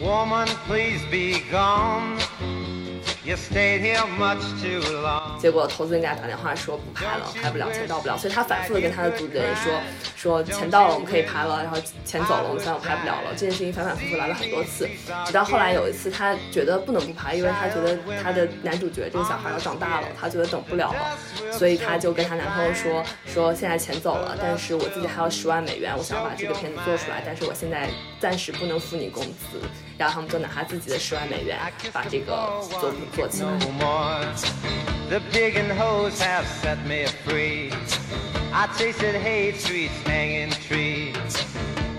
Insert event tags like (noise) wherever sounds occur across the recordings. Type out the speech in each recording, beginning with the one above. Woman, please be gone. You stayed here much too long. 结果投资人给他打电话说不拍了，拍不了，钱到不了，所以他反复的跟他的组织人说说钱到了我们可以拍了，然后钱走了我们现在拍不了了。这件事情反反复复来了很多次，直到后来有一次他觉得不能不拍，因为他觉得他的男主角这个小孩要长大了，他觉得等不了了，所以他就跟他男朋友说说现在钱走了，但是我自己还有十万美元，我想把这个片子做出来，但是我现在暂时不能付你工资。然后他们就拿他自己的十万美元把这个作品做起来。 No more. The digging hoes have set me free. I tasted hate streets hanging trees.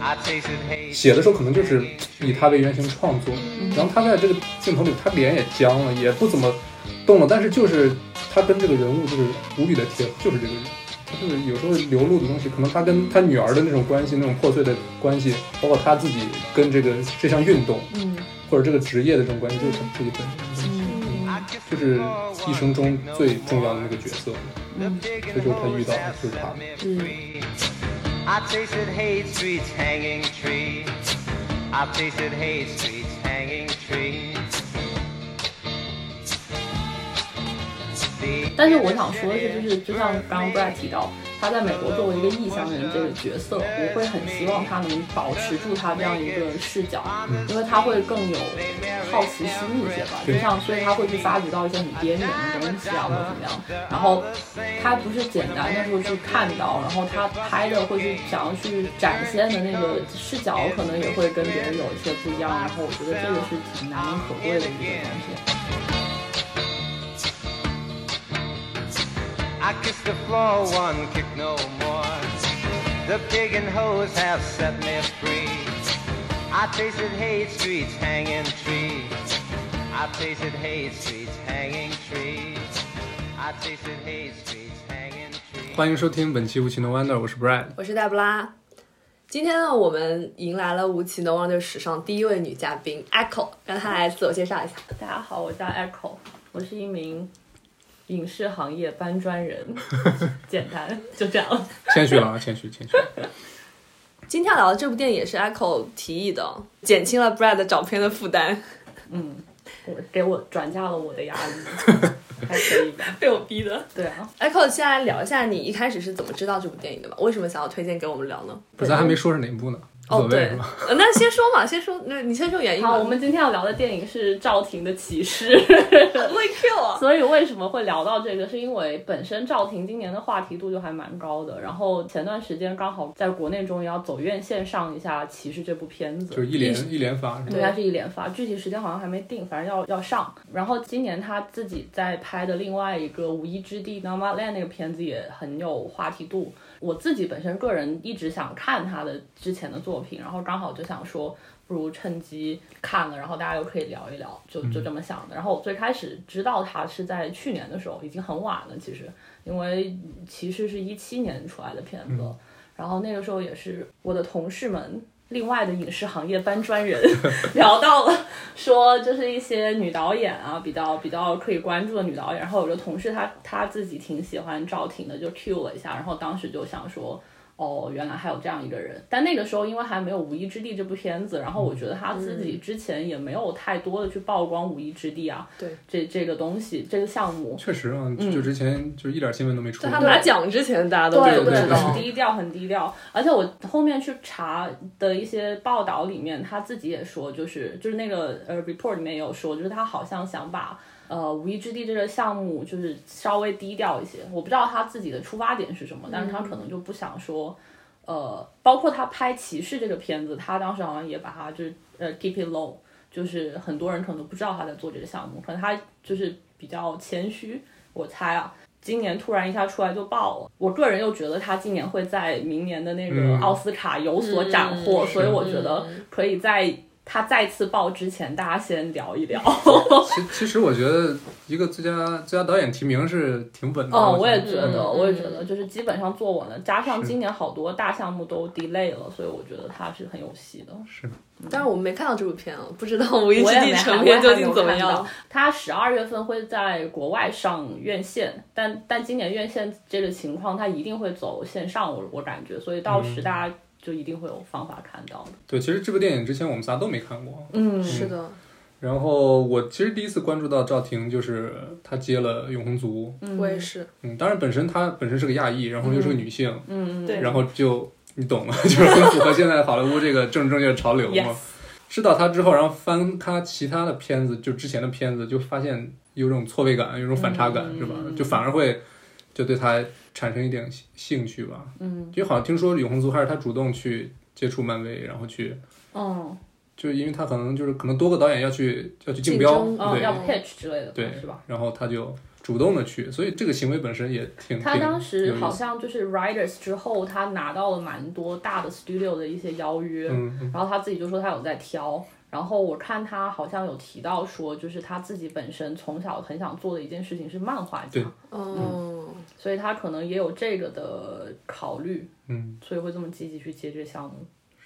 I tasted hate. 写的时候可能就是以他为原型创作，嗯然后他在这个镜头里，他脸也僵了，也不怎么动了，但是就是他跟这个人物就是无比的贴合，就是这个人，他就是有时候流露的东西，可能他跟他女儿的那种关系，那种破碎的关系，包括他自己跟这个这项运动嗯或者这个职业的这种关系，就是他自己本身， I kissed 就是一生中 no 最 more. 重要的那个角色。 The digging 嗯这就是他遇 hoes 到 have 的，就是他 set。me free. I tasted hate streets hanging trees. I tasted hate streets hanging trees. 但是我想说的是，就是就像刚刚 Brad 提到，他在美国作为一个异乡人这个角色，我会很希望他能保持住他这样一个视角，因为他会更有好奇心一些吧。就对像，所以他会去发掘到一些很边缘的东西啊，或者怎么样。然后他不是简单的说去看到，然后他拍的会去想要去展现的那个视角，可能也会跟别人有一些不一样。然后我觉得这个是挺难能可贵的一个东西。 I kissed the floor, one kick no more. The digging hoes have set me free. I tasted hate streets hanging trees. I tasted hate streets hanging trees. I tasted hate streets hanging trees. 欢迎收听本期《无情的 Wonder》，我是 Brad。 (laughs) 我是黛布拉。今天呢，我们迎来了《无奇的 Wonder》史上第一位女嘉宾 Echo，让她来自我介绍一下。大家好，我叫 Echo，我是一名影视行业搬砖人， (laughs) 简单就这样。谦虚了啊，谦虚，谦虚。今天聊的这部电影也是 Echo 提议的，减轻了 Brad 找片的负担， (laughs) 我给我转嫁了我的压力，还可以吧？被我逼的。对啊， Echo，先来聊一下你一开始是怎么知道这部电影的吧？为什么想要推荐给我们聊呢？不是，咱还没说是哪部呢，无所哦，谓对是吧？，呃那先说嘛，先说，那你先说原因吧。好，我们今天要聊的电影是赵婷的《启示》。会 Q 啊。所以为什么会聊到这个？是因为本身赵婷今年的话题度就还蛮高的，然后前段时间刚好在国内终于要走院线上一下《骑士》这部片子，就是一嗯连一连发是吧？啊应该是一连发，具体时间好像还没定，反正要要上。然后今年他自己在拍的另外一个《无依之地》《n o m a l a n d 那个片子也很有话题度。我自己本身个人一直想看他的之前的作品，然后刚好就想说，不如趁机看了，然后大家又可以聊一聊，就就这么想的。然后我最开始知道他是在去年的时候，已经很晚了，其实，因为其实是一七年出来的片子。然后那个时候也是我的同事们，另外的影视行业搬砖人 (laughs) 聊到了，说就是一些女导演啊，比较比较可以关注的女导演。然后有个同事他他自己挺喜欢赵婷的，就 cue 了一下，然后当时就想说。哦，原来还有这样一个人，但那个时候因为还没有《无依之地》这部片子，然后我觉得他自己之前也没有太多的去曝光《无依之地》啊，对这这个东西这个项目，确实啊，就之前就一点新闻都没嗯出在过。他拿奖之前，大家都对不知对道很。低调，很低调。而且我后面去查的一些报道里面，他自己也说，就是就是那个呃 report 里面也有说，就是他好像想把呃无意之地这个项目就是稍微低调一些。我不知道他自己的出发点是什么，但是他可能就不想说。呃，包括他拍《骑士》这个片子，他当时好像也把它就是呃 keep it low，就是很多人可能不知道他在做这个项目，可能他就是比较谦虚，我猜啊。今年突然一下出来就爆了，我个人又觉得他今年会在明年的那个嗯奥斯卡有所斩获，所以我觉得可以在他再次爆之前，大家先聊一聊。其其实我觉得一个最佳最佳导演提名是挺稳的。 (laughs) 嗯，我也觉觉得得，嗯我也觉得，就是基本上坐稳了，加上今年好多大项目都 delay 了，所以我觉得他是很有戏的。是的但是我们没看到这部片啊，不知道《无意我之也地没》看成片我也究还没有竟怎么看到样。它十二月份会在国外上院线，但但今年院线这个情况，它一定会走线上，我我感觉，所以到时大家就一定会有方法看到的。对，其实这部电影之前我们仨都没看过。嗯，是的，然后我其实第一次关注到赵婷，就是她接了《永恒族》。我也是。嗯，当然本身她本身是个亚裔，然后又是个女性，嗯，然后就你懂了， (laughs) 就是很符合现在好莱坞这个政治正确的潮流嘛。 Yes 知道她之后，然后翻她其他的片子，就之前的片子，就发现有种错位感，有种反差感，嗯是吧？就反而会就对她产生一点兴兴趣吧。嗯，因为好像听说《永恒族》还是她主动去接触漫威，然后去嗯，就因为她可能就是可能多个导演要去要去竞竞标，争嗯，对，要 pitch 之类的吧，对，是吧？？然后他就主动的去，所以这个行为本身也挺他挺当时有意好思像就是 Riders 之后，他拿到了蛮多大的 studio 的一些邀约，嗯嗯然后他自己就说他有在挑。然后我看他好像有提到说，就是他自己本身从小很想做的一件事情是漫画家对，哦，所以他可能也有这个的考虑，嗯所以会这么积极去接这项目。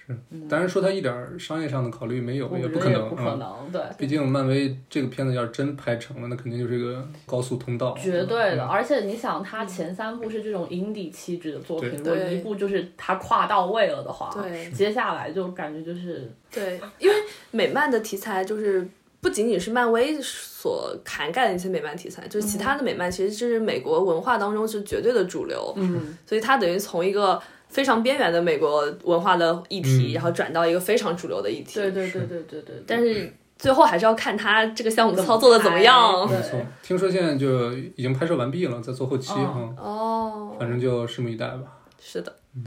是，当然说他一点儿商业上的考虑没有，我也觉得可也能，不可嗯，能，对。毕竟漫威这个片子要是真拍成了，那肯定就是一个高速通道，绝对的，啊嗯而且你想，他前三部是这种 indie 气质的作品，对如果对一部就是他跨到位了的话，对接下来就感觉 (laughs) 就是对，因为美漫的题材就是不仅仅是漫威所涵盖的一些美漫题材，就是其他的美漫其实是美国文化当中是绝对的主流，嗯，所以它等于从一个非常边缘的美国文化的议题，嗯然后转到一个非常主流的议题，对对对对对对，但是最后还是要看它这个项目操作的怎么样对。没错。听说现在就已经拍摄完毕了，在做后期哈、嗯哦反正就拭目以待吧。 (laughs) 是的，嗯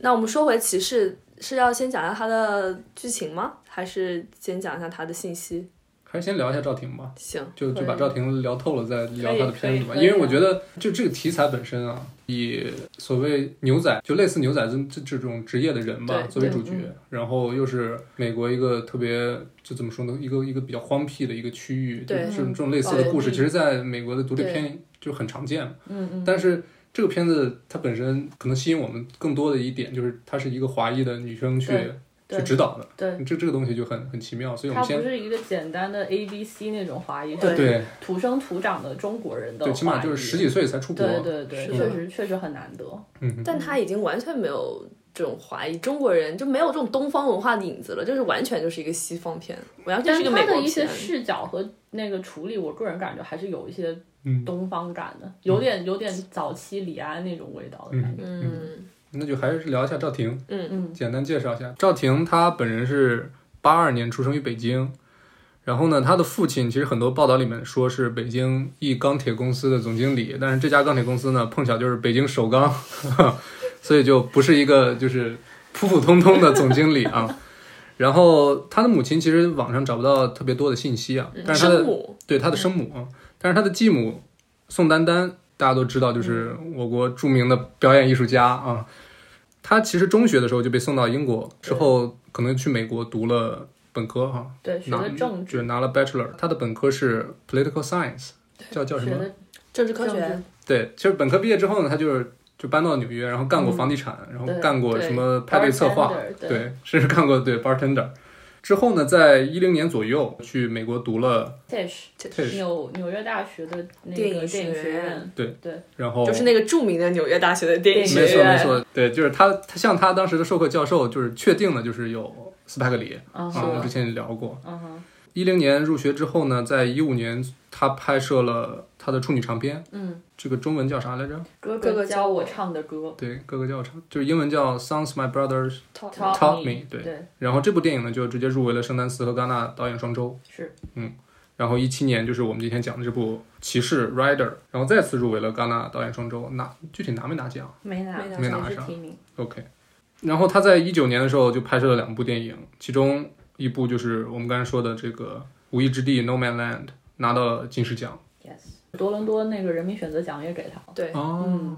那我们说回骑士，是要先讲一下它的剧情吗？还是先讲一下它的信息？还是先聊一下赵婷吧，行，就就可以把赵婷聊透了，再聊她的片子吧。可以可以可以啊因为我觉得，就这个题材本身啊，以所谓牛仔，就类似牛仔这这这种职业的人吧，对作为主角对，嗯然后又是美国一个特别就怎么说呢，一个一个比较荒僻的一个区域，对这种这种类似的故事，嗯其实在美国的独立片就很常见嘛。嗯嗯。但是这个片子它本身可能吸引我们更多的一点，就是它是一个华裔的女生去对对去指导的，对，这这个东西就很很奇妙。所以我他们不先是一个简单的 A B C 那种华裔，对是对土生土长的中国人的华对，裔，起码就是十几岁才出国。对对对，是的确实确实很难得，嗯，但他已经完全没有这种华裔中国人，就没有这种东方文化的影子了，就是完全就是一个西方片，我要这但是一是个他美的国一些片。视角和那个处理，我个人感觉还是有一些嗯东方感的，有点有点早期李安那种味道的感觉。嗯那就还是聊一下赵婷，嗯嗯简单介绍一下。赵婷她本人是八二年出生于北京，然后呢，她的父亲其实很多报道里面说是北京一钢铁公司的总经理，但是这家钢铁公司呢，碰巧就是北京首钢， (laughs) 所以就不是一个就是普普通通的总经理啊。然后她的母亲其实网上找不到特别多的信息啊，但是她的生母对他的生嗯母，啊但是他的继母宋丹丹，大家都知道，就是嗯我国著名的表演艺术家啊。他其实中学的时候就被送到英国，之后可能去美国读了本科哈、啊，对，学拿的政就治，是拿了 bachelor，他的本科是 political science，叫叫什学么？的政治科政学治，对，其实本科毕业之后呢，他就是就搬到纽约，然后干过房地产，然后嗯对干过对什么派对策划 bartender，，对对，甚至干过对 bartender。之后呢，在一零年左右去美国读了， Tisch，纽纽约大学的那电个影电影学学院院，对对，然后就是那个著名的纽约大学的电影学哦没错院，没错，对，就是他，他像他当时的授课教授，就是确定的就是有斯派克里哦啊啊，哈我们之前也聊过。嗯哼，一零年入学之后呢，在一五年他拍摄了他的处女长片，嗯，这个中文叫啥来着？哥哥哥教教我我唱的歌对，哥哥叫啥？就是英文叫《Songs My Brothers Talk ，Taught Taught me， Me》。对，对，然后这部电影呢就直接入围了圣丹斯和戛纳导演双周。是然后一七年就是我们今天讲的这部《骑士 Rider》，然后再次入围了戛纳导演双周，拿具体拿没拿奖？没拿没拿没拿只是上提名， OK，然后他在一九年的时候就拍摄了两部电影，其中一部就是我们刚才说的这个《无意之地》（No Man Land） 拿到了金狮奖。 ，yes，多伦多那个人民选择奖也给他了，对哦，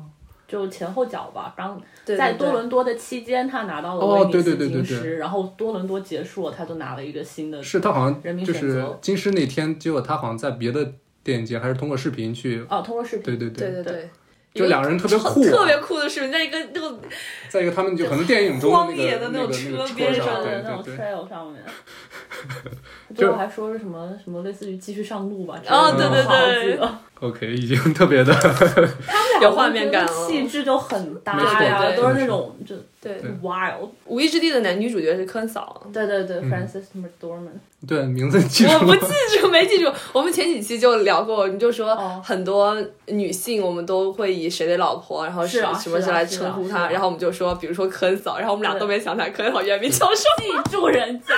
就前后脚吧，刚对，在对多。对伦多的期间，他拿到了哦威尼对对斯对金对对狮，然后多伦多结束了，他就拿了一个新的，是他好人像民就选是择金狮那天，结果他好像在别的电影节还是通过视频去，哦，通过视频，对对对对对对，就两个人特别酷，啊特别酷的视频，在一个那个再一个他们就可能电影中荒那野个的那那种个那个车车边边上，上的对那种对对， trail (laughs) 上面。就最后还说是什么什么类似于继续上路吧，哦对对对对， (laughs) ，OK，已经特别的， (laughs) 他们俩有画面感了哦气质就很搭哦没错呀，对对都是那种就对，对 wild。无意之地的男女主角是科恩嫂，对对对嗯，Francis McDormand。 (laughs) 对，名字记我住不了。记住，没记住。我们前几期就聊过，你就说哦很多女性，我们都会以谁的老婆，然后是啊什么是啊来是啊称呼是她，啊然后我们就说，比如说科恩嫂，然后我们俩对都没想起来科恩嫂原名叫什记住人家。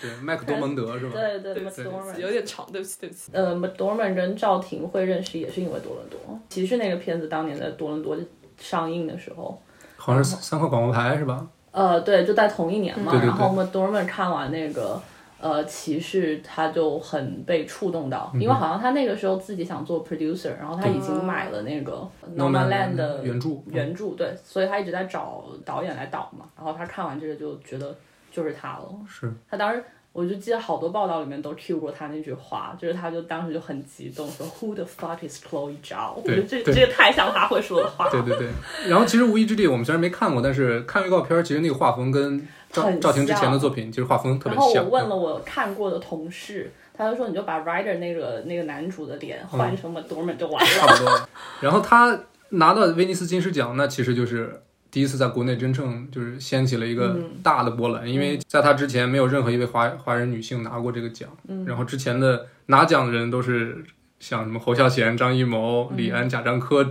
对，麦克多蒙德是吧？对对对么，有，McDormand。点长，对不起，对不起。呃，McDormand 跟赵婷会认识也是因为多伦多。其实那个片子当年在多伦多上映的时候，好像是三块广告牌是吧？呃，对，就在同一年嘛。对对对然后 McDormand 看完那个呃骑士，他就很被触动到，嗯因为好像他那个时候自己想做 producer，然后他已经买了那个 Norman Land 的原著原著，对，所以他一直在找导演来导嘛。然后他看完这个就觉得就是他了。是，他当时我就记得好多报道里面都 cue 过他那句话，就是他就当时就很激动说 Who the fuck is Chloe Zhao？我觉得这对这个太像他会说的话，对对对。然后其实《无意之地》我们虽然没看过，但是看预告片，其实那个画风跟赵很赵婷之前的像作品，其实画风特然别后我像。嗯问了我看过的同事，他就说你就把 Rider 那个那个男主的脸换嗯成 m a d o r m a n 就完 (laughs) 了。差不多。然后他拿到威尼斯金狮奖，那其实就是第一次在国内真正就是掀起了一个嗯大的波澜，因为在他之前没有任何一位华华人女性拿过这个奖，嗯然后之前的拿奖的人都是。像什么侯孝贤、张艺谋、嗯李安、贾樟柯，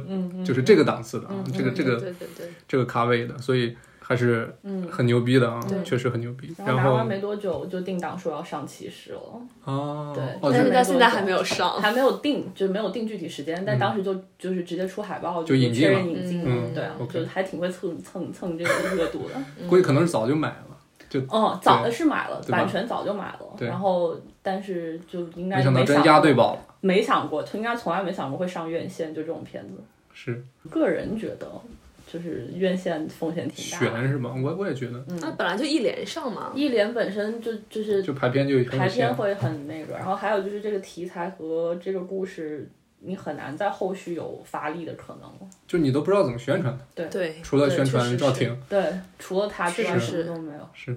就是这个档次的啊，这个这个对对对，这个咖位的，所以还是很牛逼的啊，确实很牛逼。嗯然然后拿后完没多久就定档说要上骑士了，哦对哦，但就是没到多现在久还没有上。还没有定，就是没有定具体时间，但当时就就是直接出海报就引进确了认引进嗯对啊， OK 就还挺会蹭蹭蹭这个热度的。估计可能是早就买了，就哦，早的是买了，对吧版权早就买了，对然后但是就应该没想到没真想押过对宝了，没想过，应该从来没想过会上院线，就这种片子。是个人觉得，就是院线风险挺大的。悬是吗？我我也觉得，嗯那本来就一连上嘛，一连本身就就是就排片就很有排限片。会很那个，然后还有就是这个题材和这个故事，你很难在后续有发力的可能了。就你都不知道怎么宣传它，对，除了对宣确传实赵是婷，对，除了他之外是什是么都没有。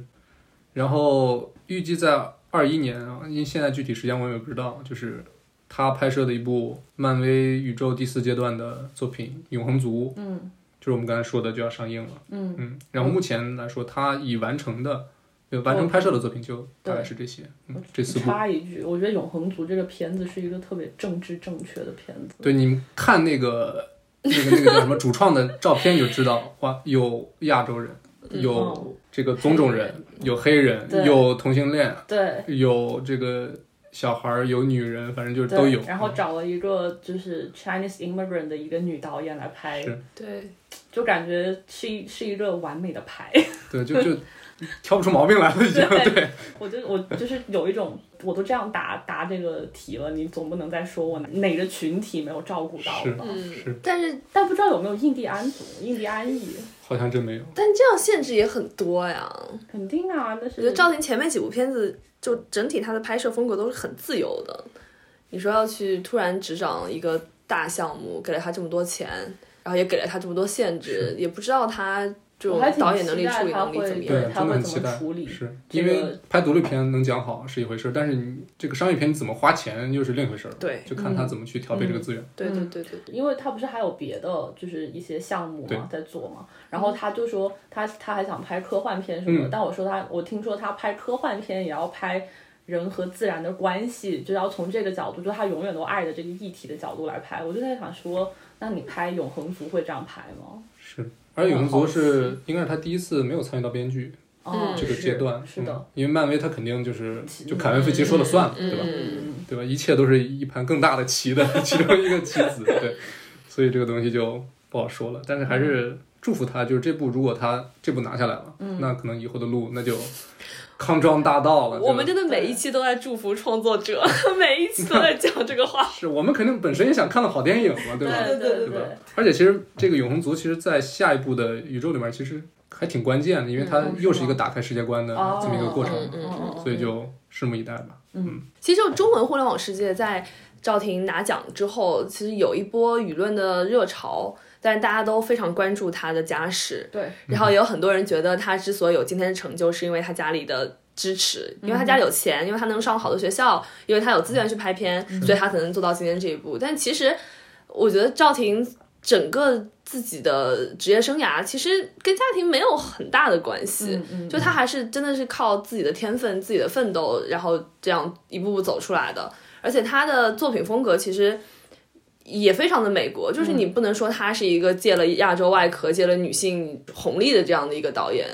然后预计在二一年啊，因为现在具体时间我也不知道，就是他拍摄的一部漫威宇宙第四阶段的作品《永恒族》，嗯就是我们刚才说的就要上映了，嗯，嗯，然后目前来说，他已完成的。呃完成哦拍摄的作品就大概是这些，嗯，这四部。插一句，我觉得《永恒族》这个片子是一个特别政治正确的片子。对，你们看那个那个那个叫什么 (laughs) 主创的照片就知道，哇，有亚洲人，有哦这个棕种人，有黑人，对有同性恋，对，有这个小孩儿，有女人，反正就是都有嗯对。然后找了一个就是 Chinese immigrant 的一个女导演来拍，是对，就感觉是一是一个完美的牌。 (laughs) 对，就就挑不出毛病来了，已经。对，我就我就是有一种，我都这样答答这个题了，你总不能再说我哪哪个群体没有照顾到是吧？是，但是但不知道有没有印第安族、印第安裔？好像真没有。但这样限制也很多呀。肯定啊，那我是觉得赵婷前面几部片子，就整体她的拍摄风格都是很自由的。你说要去突然执掌一个大项目，给了她这么多钱，然后也给了她这么多限制，也不知道她这我种还挺导演能期力、待处理她能力会怎么对样。对，他真的会很怎期么待处。理是这因个为拍独立片能讲好是一回事儿，但是你这个商业片你怎么花钱又是另一回事儿了。对就看他怎么去调配这个资源。对对嗯对对对，因为他不是还有别的就是一些项目对嘛在做嘛，然后他就说他他还想拍科幻片什么的，嗯但我说他我听说他拍科幻片也要拍人和自然的关系，就是要从这个角度，就他永远都爱的这个议题的角度来拍，我就在想说，那你拍《永恒族》会这样拍吗？是，而永恒族是应该是他第一次没有参与到编剧哦，这个是阶段。是的嗯嗯，因为漫威他肯定就是就凯文·费奇说了算了，对吧？嗯，对吧？一切都是一盘更大的棋的 (laughs) 其中一个棋子，对，所以这个东西就不好说了。但是还是嗯祝福他，就是这部如果他这部拿下来了，那可能以后的路那就康庄大道了。我们就真的每一期都在祝福创作者， (laughs) 每一期都在讲这个话。是我们肯定本身也想看到好电影嘛，对吧？对对对吧？而且其实这个永恒族，其实在下一部的宇宙里面，其实还挺关键的，因为它嗯又是一个打开世界观的哦，这么一个过程，嗯嗯嗯嗯所以就拭目以待吧。嗯其实就中文互联网世界在赵婷拿奖之后，其实有一波舆论的热潮，但是大家都非常关注她的家世。对然后也有很多人觉得他之所以有今天的成就，是因为他家里的支持，因为他家里有钱，因为他能上好的学校，因为他有资源去拍片，所以他才能做到今天这一步。但其实，我觉得赵婷整个自己的职业生涯其实跟家庭没有很大的关系，嗯嗯就他还是真的是靠自己的天分、自己的奋斗，然后这样一步步走出来的。而且他的作品风格其实也非常的美国，就是你不能说他是一个借了亚洲外壳、借了女性红利的这样的一个导演。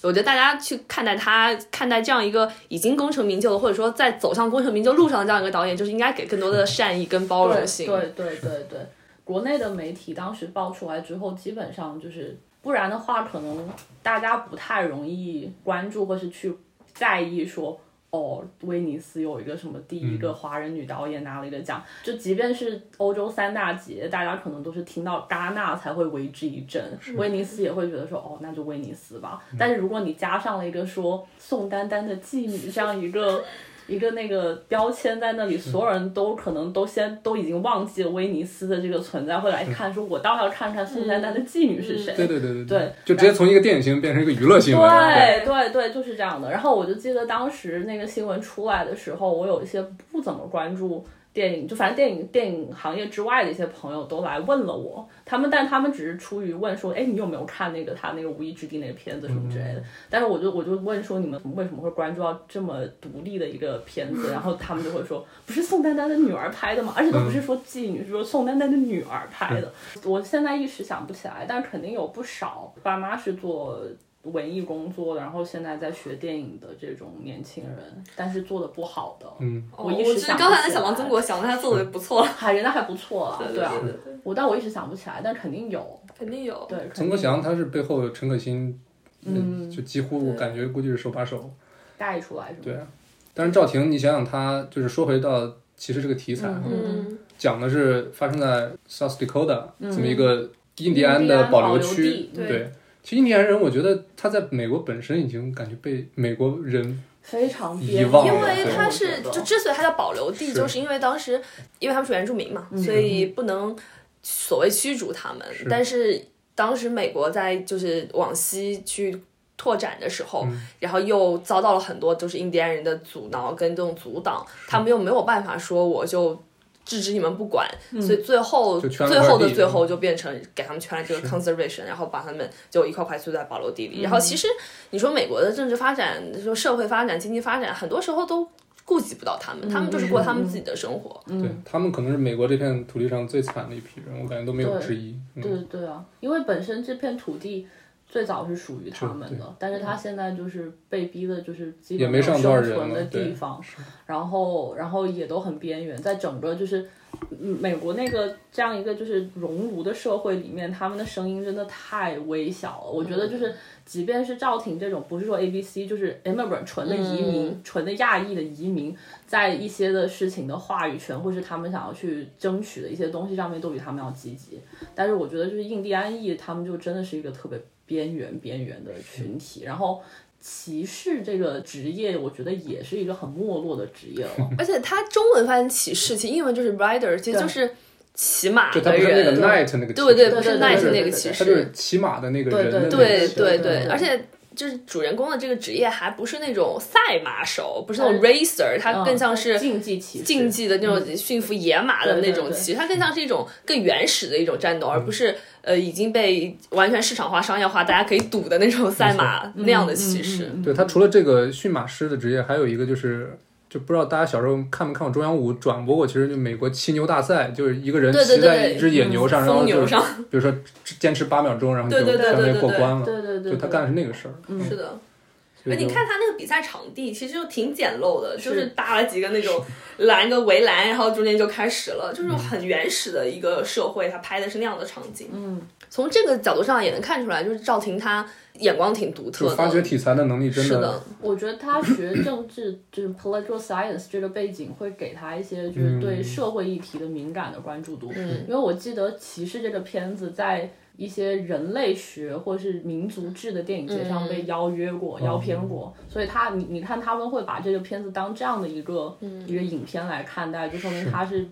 我觉得大家去看待他，看待这样一个已经功成名就的，或者说在走上功成名就路上的这样一个导演，就是应该给更多的善意跟包容性。对对对对对，国内的媒体当时爆出来之后，基本上就是，不然的话，可能大家不太容易关注或是去在意说。哦，威尼斯有一个什么第一个华人女导演拿了一个奖，就即便是欧洲三大节，大家可能都是听到戛纳才会为之一振，威尼斯也会觉得说哦，那就威尼斯吧。但是如果你加上了一个说宋丹丹的妓女这样一个 (laughs) 一个那个标签在那里，所有人都可能都先都已经忘记了威尼斯的这个存在，会来看，说我倒要看看宋丹丹的妓女是谁。对对对对对就直接从一个电影新闻变成一个娱乐新闻了。对对对，就是这样的。然后我就记得当时那个新闻出来的时候，我有一些不怎么关注电影，就反正电影电影行业之外的一些朋友都来问了我，他们但他们只是出于问说，哎，你有没有看那个他那个《无意之地》那个片子什么之类嗯的？但是我就我就问说，你们为什么会关注到这么独立的一个片子？然后他们就会说，不是宋丹丹的女儿拍的吗？而且都不嗯是说妓女，是说宋丹丹的女儿拍的。我现在一时想不起来，但肯定有不少爸妈是做文艺工作的，然后现在在学电影的这种年轻人，但是做的不好的，嗯，哦我一我时是想不刚才在起想王来中国，想到他做的不错了。还人家还不错啊，对啊，对哦对，我但我一时想不起来，但肯定有，肯定有。对，肯曾定国祥他是背后陈可辛，嗯就几乎我感觉估计是手把手。带出来是对吧？啊，但是赵婷，你想想他就是说回到其实这个题材啊，嗯嗯讲的是发生在 South Dakota 嗯这么一个印第安的保留区。印第安保留地对，其实印第安人，我觉得他在美国本身已经感觉被美国人非常憋遗忘因了为对它是就之所以它叫保留地，是就是因为当时因为他们是原住民嘛，嗯所以不能所谓驱逐他们。是但是当时美国在就是往西去拓展的时候，嗯然后又遭到了很多就是印第安人的阻挠跟这种阻挡，他们又没有办法说我就。制止你们不管，所以最后嗯就圈了最后块的地嗯最后就变成给他们圈了这个是嗯 conservation，然后把他们就一块块塑在保留地里。然后其实你说美国的政治发展、说社会发展、经济发展，很多时候都顾及不到他们，他们就是过他们自己的生活。嗯对他们可能是美国这片土地上最惨的一批人，我感觉都没有对之一。对嗯，对啊，因为本身这片土地最早是属于他们是对的，但是他现在就是被逼的，就是基也本没上生多少人存的了对地方，然后然后也都很边缘，在整个就是嗯美国那个这样一个就是熔炉的社会里面，他们的声音真的太微小了。我觉得就是，即便是赵婷这种，不是说 A B C，就是 immigrant 纯的移民、纯的亚裔的移民，在一些的事情的话语权或是他们想要去争取的一些东西上面，都比他们要积极。但是我觉得就是印第安裔，他们就真的是一个特别边缘边缘的群体，然后。骑士这个职业，我觉得也是一个很没落的职业了。 (laughs) 而且它中文翻译骑士，其实英文就是 rider，其实对就是骑马就他的不是那个人。 night 那个骑对对，士不是对 night 对那对个对骑对他就是士，骑马的那个对人对的那个对骑士对对对，对而且。就是主人公的这个职业还不是那种赛马手，不是那种 racer，他嗯更像是竞技骑士，竞技的那种驯服野马的那种对对对骑，它更像是一种更原始的一种战斗，而不是呃已经被完全市场化、商业化，大家可以赌的那种赛马那样的骑士。嗯嗯嗯对他除了这个驯马师的职业，还有一个就是。就不知道大家小时候看没看过中央五转播过，其实就美国骑牛大赛，就是一个人对对骑对在对嗯一只野牛上，然后疯就牛是上，比如说坚持八秒钟，然后就对对对相当于对对过对关了。对对对，就他对干的是那个事儿。嗯是的。所以哎，你就看他那个比赛场地，其实就挺简陋的，就是是搭了几个那种拦个围栏，然后中间就开始了，就是很原始的一个社会，他拍的是那样的场景。嗯，从这个角度上也能看出来，就是赵婷她眼光挺独就特是发的。掘体裁的能力真是的，我觉得他学政治就是 political science 这个背景会给他一些就是对社会议题的敏感的关注度，嗯因为我记得《骑士》这个片子在。一些人类学或是民族志的电影节上被邀约过、邀片过，所以他你你看他们会把这个片子当这样的一个、一个影片来看待，就说明它是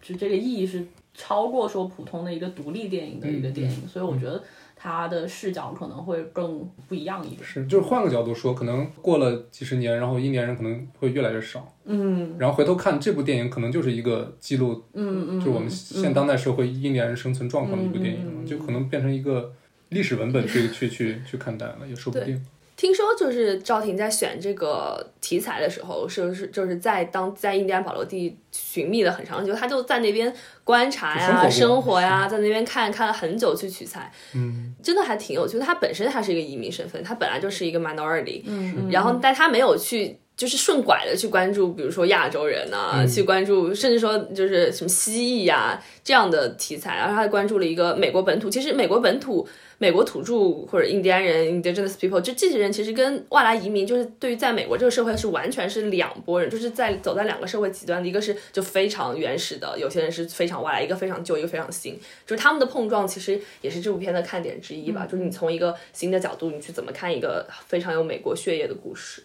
就这个意义是超过说普通的一个独立电影的一个电影，所以我觉得他的视角可能会更不一样一点。是，就是换个角度说，可能过了几十年，然后印第安人可能会越来越少，嗯然后回头看这部电影，可能就是一个记录，嗯嗯，就是我们现当代社会印第安人生存状况的一部电影嗯嗯嗯嘛，嗯就可能变成一个历史文本去去去去看待了，也说不定。听说就是赵婷在选这个题材的时候，是不是就是在当在印第安保留地寻觅了很长久，她就在那边观察呀、就生活生过活呀，在那边看看了很久去取材，嗯，真的还挺有趣的。她本身她是一个移民身份，她本来就是一个 minority，嗯，然后但他没有去。就是顺拐的去关注，比如说亚洲人呐、嗯去关注，甚至说就是什么蜥蜴呀、这样的题材，然后他关注了一个美国本土。其实美国本土、美国土著或者印第安人 （indigenous people） 就这些人，其实跟外来移民就是对于在美国这个社会是完全是两拨人，就是在走在两个社会极端的，一个是就非常原始的，有些人是非常外来，一个非常旧，一个非常新，就是他们的碰撞其实也是这部片的看点之一吧。就是你从一个新的角度，你去怎么看一个非常有美国血液的故事。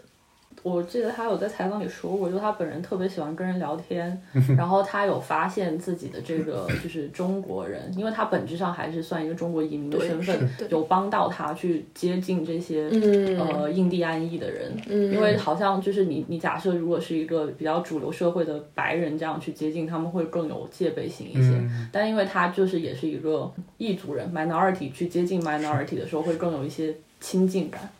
我记得他有在采访里说过，就他本人特别喜欢跟人聊天，然后他有发现自己的这个就是中国人，因为他本质上还是算一个中国移民的对身份是对，有帮到他去接近这些、嗯呃印第安裔的人，因为好像就是你你假设如果是一个比较主流社会的白人这样去接近，他们会更有戒备心一些，嗯但因为他就是也是一个异族人 minority 去接近 minority 的时候会更有一些亲近感，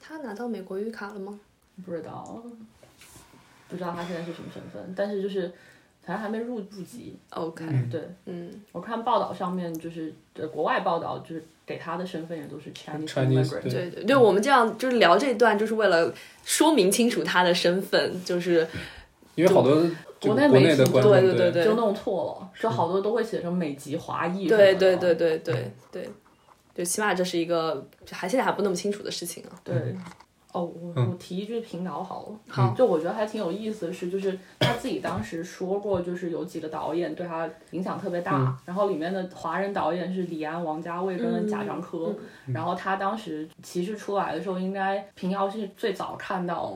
他拿到美国绿卡了吗？不知道，不知道他现在是什么身份，但是就是反正还没入入籍。 OK，对嗯，我看报道上面就是呃国外报道就是给他的身份也都是 Chinese Chinese， immigrant，对对对对，我们这样就是聊这段，就是为了说明清楚他的身份，就是因为好多这个国内国媒内体的观众对对对对就弄错了，就好多都会写成美籍华裔什么的。对对对对对对，就起码这是一个还现在还不那么清楚的事情啊。对。嗯哦，我我提一句平导好了，好就我觉得还挺有意思的是，就是他自己当时说过，就是有几个导演对他影响特别大，然后里面的华人导演是李安、王家卫嗯跟贾樟柯，然后他当时其实出来的时候，应该平遥是最早看到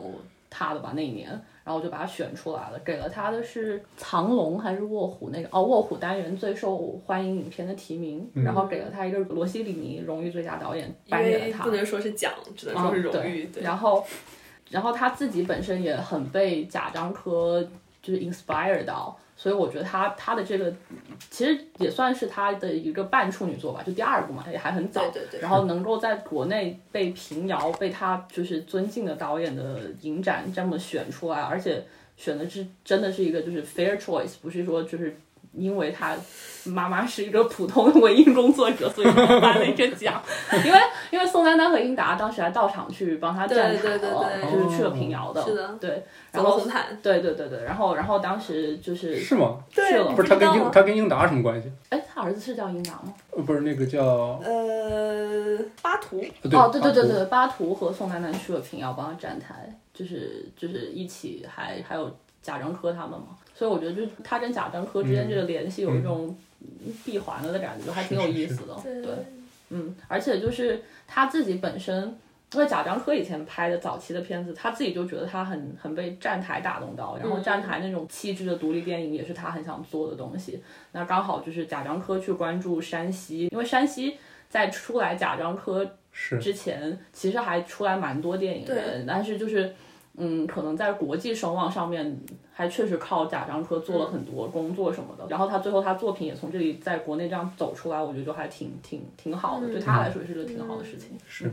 他的吧那一年，然后我就把他选出来了，给了他的是藏龙还是卧虎那个哦卧虎单元最受欢迎影片的提名，然后给了他一个罗西里尼荣誉最佳导演因颁给为了他，不能说是奖，只能嗯，说是荣对誉。哦对，然后，然后他自己本身也很被贾樟柯就是 inspire 到，所以我觉得他他的这个其实也算是他的一个半处女作吧，就第二部嘛，也还很早。对对对然后能够在国内被平遥被他就是尊敬的导演的影展这么选出来，而且选的是真的是一个就是 fair choice，不是说就是。因为他妈妈是一个普通的文艺工作者，所以颁了一个奖。因为因为宋丹丹和英达当时还到场去帮他站台对对对了，对就是去了平遥的，是的对。走然了后红毯。对对对对，然后然后当时就是是吗？去了不是他跟知道啊英吗他跟英达什么关系？哎，他儿子是叫英达吗？呃，不是那个叫呃，巴图，对哦，对巴对对图对，巴图和宋丹丹去了平遥帮他站台，就是就是一起还还有贾樟柯他们嘛，所以我觉得就是他跟贾樟柯嗯之间这个联系有一种闭环了的感觉，还挺有意思的，呃对。嗯，而且就是他自己本身，因为贾樟柯以前拍的早期的片子，他自己就觉得他很很被站台打动到，然后站台那种气质的独立电影也是他很想做的东西。那刚好就是贾樟柯去关注山西，因为山西在出来贾樟柯是之前其实还出来蛮多电影人，但是就是，嗯，可能在国际声望上面，还确实靠贾樟柯做了很多工作什么的。然后他最后他作品也从这里在国内这样走出来，我觉得就还挺挺挺好的，对他来说也是个挺好的事情。是，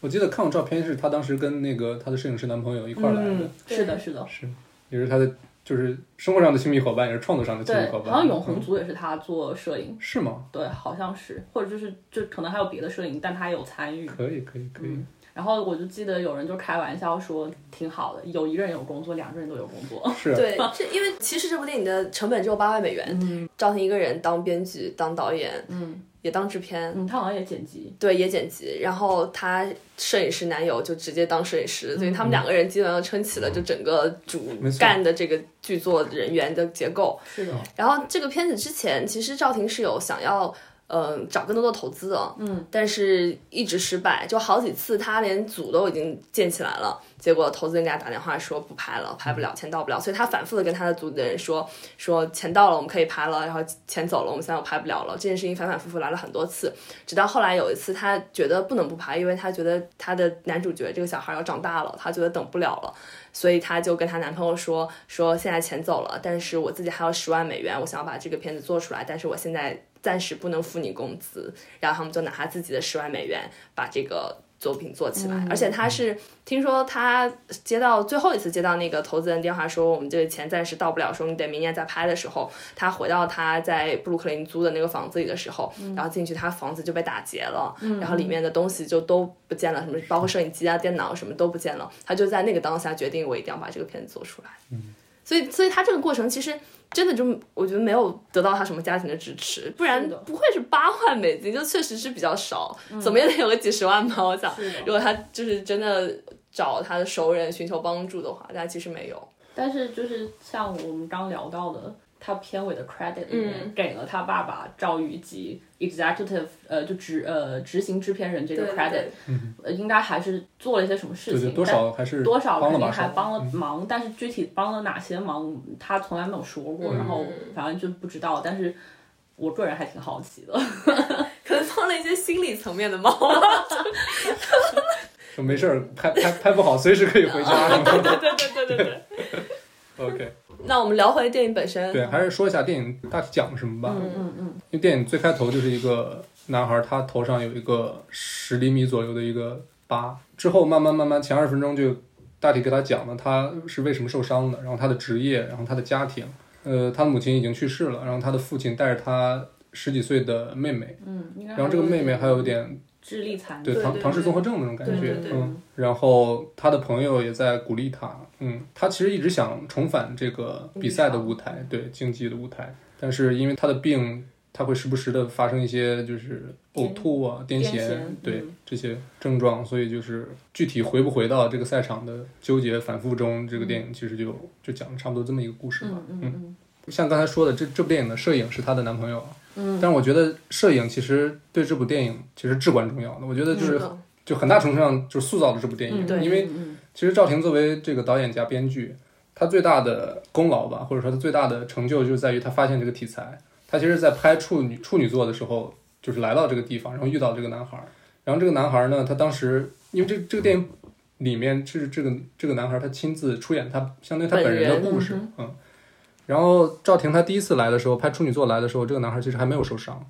我记得看过照片，是他当时跟那个他的摄影师男朋友一块儿来的嗯，，是的，是的，是，也是他的就是生活上的亲密伙伴，也是创作上的亲密对伙，伴。好像永恒嗯族也是他做摄影，是吗？对，好像是，或者就是就可能还有别的摄影，但他也有参与。可以，可以，可以。然后我就记得有人就开玩笑说挺好的，有一个人有工作，两个人都有工作。是，啊对，这因为其实这部电影的成本只有八万美元，赵婷一个人当编剧、当导演，嗯也当制片，嗯，他好像也剪辑，对，也剪辑。然后她摄影师男友就直接当摄影师，所以他们两个人基本上撑起了就整个主没错干的这个剧作人员的结构。是的，然后这个片子之前，其实赵婷是有想要。呃，找更多的投资啊，嗯，但是一直失败，就好几次他连组都已经建起来了，结果投资人给他打电话说不拍了，拍不了，钱到不了，所以他反复的跟他的组里的人说，说钱到了我们可以拍了，然后钱走了我们现在又拍不了了，这件事情反反复复来了很多次，直到后来有一次他觉得不能不拍，因为他觉得他的男主角这个小孩要长大了，他觉得等不了了。所以她就跟她男朋友说说现在钱走了，但是我自己还有十万美元，我想要把这个片子做出来，但是我现在暂时不能付你工资。然后他们就拿他自己的十万美元把这个作品做起来，而且他是听说他接到最后一次接到那个投资人电话说我们这个钱暂时到不了，说你得明年再拍的时候，他回到他在布鲁克林租的那个房子里的时候，然后进去他房子就被打劫了，然后里面的东西就都不见了，什么包括摄影机啊、电脑什么都不见了，他就在那个当下决定我一定要把这个片子做出来，所以所以他这个过程其实。真的就我觉得没有得到他什么家庭的支持，不然是的不会是八万美金，就确实是比较少，怎么也得有个几十万吧。我想是的，如果他就是真的找他的熟人寻求帮助的话，但其实没有。但是就是像我们刚聊到的，他片尾的 credit 里面给了他爸爸赵宇及 executive 呃就执呃执行制片人这个对 credit，对呃应该还是做了一些什么事对对，情，多少还是但多少帮肯了定把还手，嗯帮了忙，但是具体帮了哪些忙，他从来没有说嗯过，然后反正就不知道，但是。我个人还挺好奇的，可能帮了一些心理层面的啊忙。 (laughs) 说没事儿，拍拍拍不好，随时可以回家。 (laughs) 是吗对对对对对对。 (laughs) OK，那我们聊回电影本身。对，啊还是说一下电影大体讲什么吧。嗯嗯，因为电影最开头就是一个男孩，他头上有一个十厘米左右的一个疤，之后慢慢慢慢前二十分钟就大体给他讲了他是为什么受伤的，然后他的职业，然后他的家庭，呃，他的母亲已经去世了，然后他的父亲带着他十几岁的妹妹，嗯，应该然后这个妹妹还有点智力残对障，唐对唐氏对综合症那种感对觉对对，嗯，然后他的朋友也在鼓励他，嗯，他其实一直想重返这个比赛的舞台，对竞技的舞台，但是因为他的病，他会时不时的发生一些就是呕吐啊、癫癫痫痫，对嗯这些症状，所以就是具体回不回到这个赛场的纠结反复中，这个电影其实就就讲了差不多这么一个故事吧，嗯嗯嗯，像刚才说的，这这部电影的摄影是她的男朋友，嗯，但是我觉得摄影其实对这部电影其实至关重要的，我觉得就是是的就很大程度上就塑造了这部电影，嗯对因为嗯嗯其实赵婷作为这个导演加编剧，她最大的功劳吧，或者说她最大的成就就是在于她发现这个题材，她其实在拍处女处女座的时候，就是来到这个地方，然后遇到这个男孩儿，然后这个男孩儿呢，他当时因为这这个电影里面是这个这个男孩儿他亲自出演他相当于他本人的故事，本人嗯。然后赵婷她第一次来的时候，拍处女座来的时候，这个男孩儿其实还没有受伤。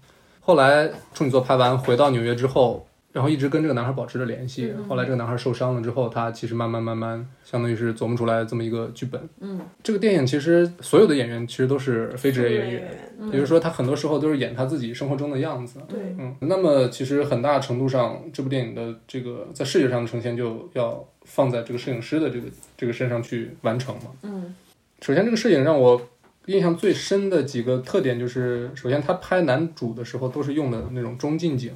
后来处女座拍完回到纽约之后，然后一直跟这个男孩儿保持着联系。后来这个男孩儿受伤了之后，他其实慢慢慢慢，相当于是琢磨出来这么一个剧本。嗯，这个电影其实所有的演员其实都是嗯非职业演员，也就是说他很多时候都是演他自己生活中的样子。对嗯，那么其实很大程度上，这部电影的这个在视觉上的呈现就要放在这个摄影师的这个这个身上去完成嘛。嗯，首先这个摄影让我印象最深的几个特点就是，首先他拍男主的时候都是用的那种中近景，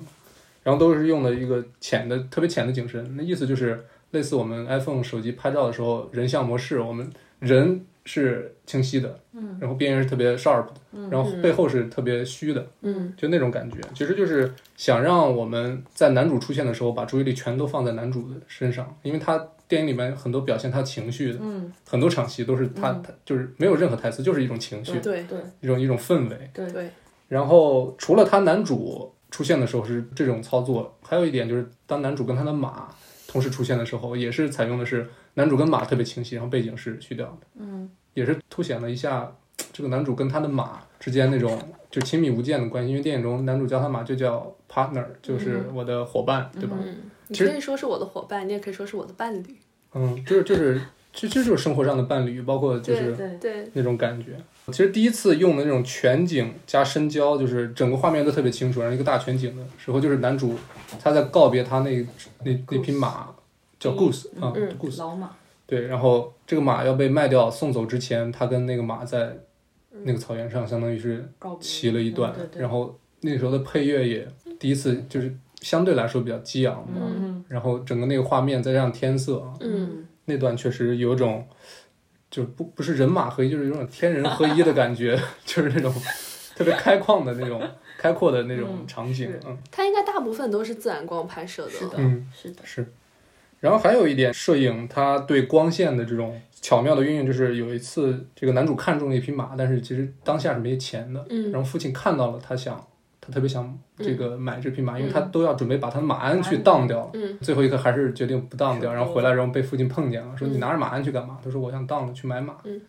然后都是用的一个浅的特别浅的景深，那意思就是类似我们 iPhone 手机拍照的时候人像模式，我们人是清晰的，嗯，然后边缘是特别 sharp 的，然后背后是特别虚的。就那种感觉，其实就是想让我们在男主出现的时候，把注意力全都放在男主的身上，因为他电影里面很多表现他情绪的，嗯，很多场戏都是他、他就是没有任何台词，就是一种情绪，嗯对对一种一种氛围。对对，然后除了他男主出现的时候是这种操作，还有一点就是当男主跟他的马同时出现的时候，也是采用的是男主跟马特别清晰，然后背景是虚掉的，嗯，也是凸显了一下这个男主跟他的马之间那种就亲密无间的关系，因为电影中男主叫他马就叫 partner，就是我的伙伴，对吧？嗯，你其实可以说是我的伙伴，你也可以说是我的伴侣。嗯，就是就是，其实就是生活上的伴侣，包括就是对对对，那种感觉。其实第一次用的那种全景加深焦，就是整个画面都特别清楚，然后一个大全景的时候，就是男主他在告别他那那那匹马，叫 goose 啊、嗯 goose，老马，对，然后这个马要被卖掉送走之前，他跟那个马在那个草原上相当于是告别骑了一段，嗯对对然后那时候的配乐也第一次就是相对来说比较激昂嘛，嗯然后整个那个画面再加上天色，嗯，那段确实有 (laughs) 种，就不不是人马合一，就是有种天人合一的感觉，就是那种特别开旷的那种、开阔的那种嗯场景是。嗯它应该大部分都是自然光拍摄的。是的，嗯是的，是。然后还有一点，摄影它对光线的这种巧妙的运用，就是有一次这个男主看中了一匹马，但是其实当下是没钱的，嗯然后父亲看到了，他想，他特别想这个买这匹马，因为他嗯都要准备把他的马鞍去马鞍当掉了，嗯最后一刻还是决定不当掉，是然后回来，然后被父亲碰见了，说嗯你拿着马鞍去干嘛？他说我想当了，去买马。嗯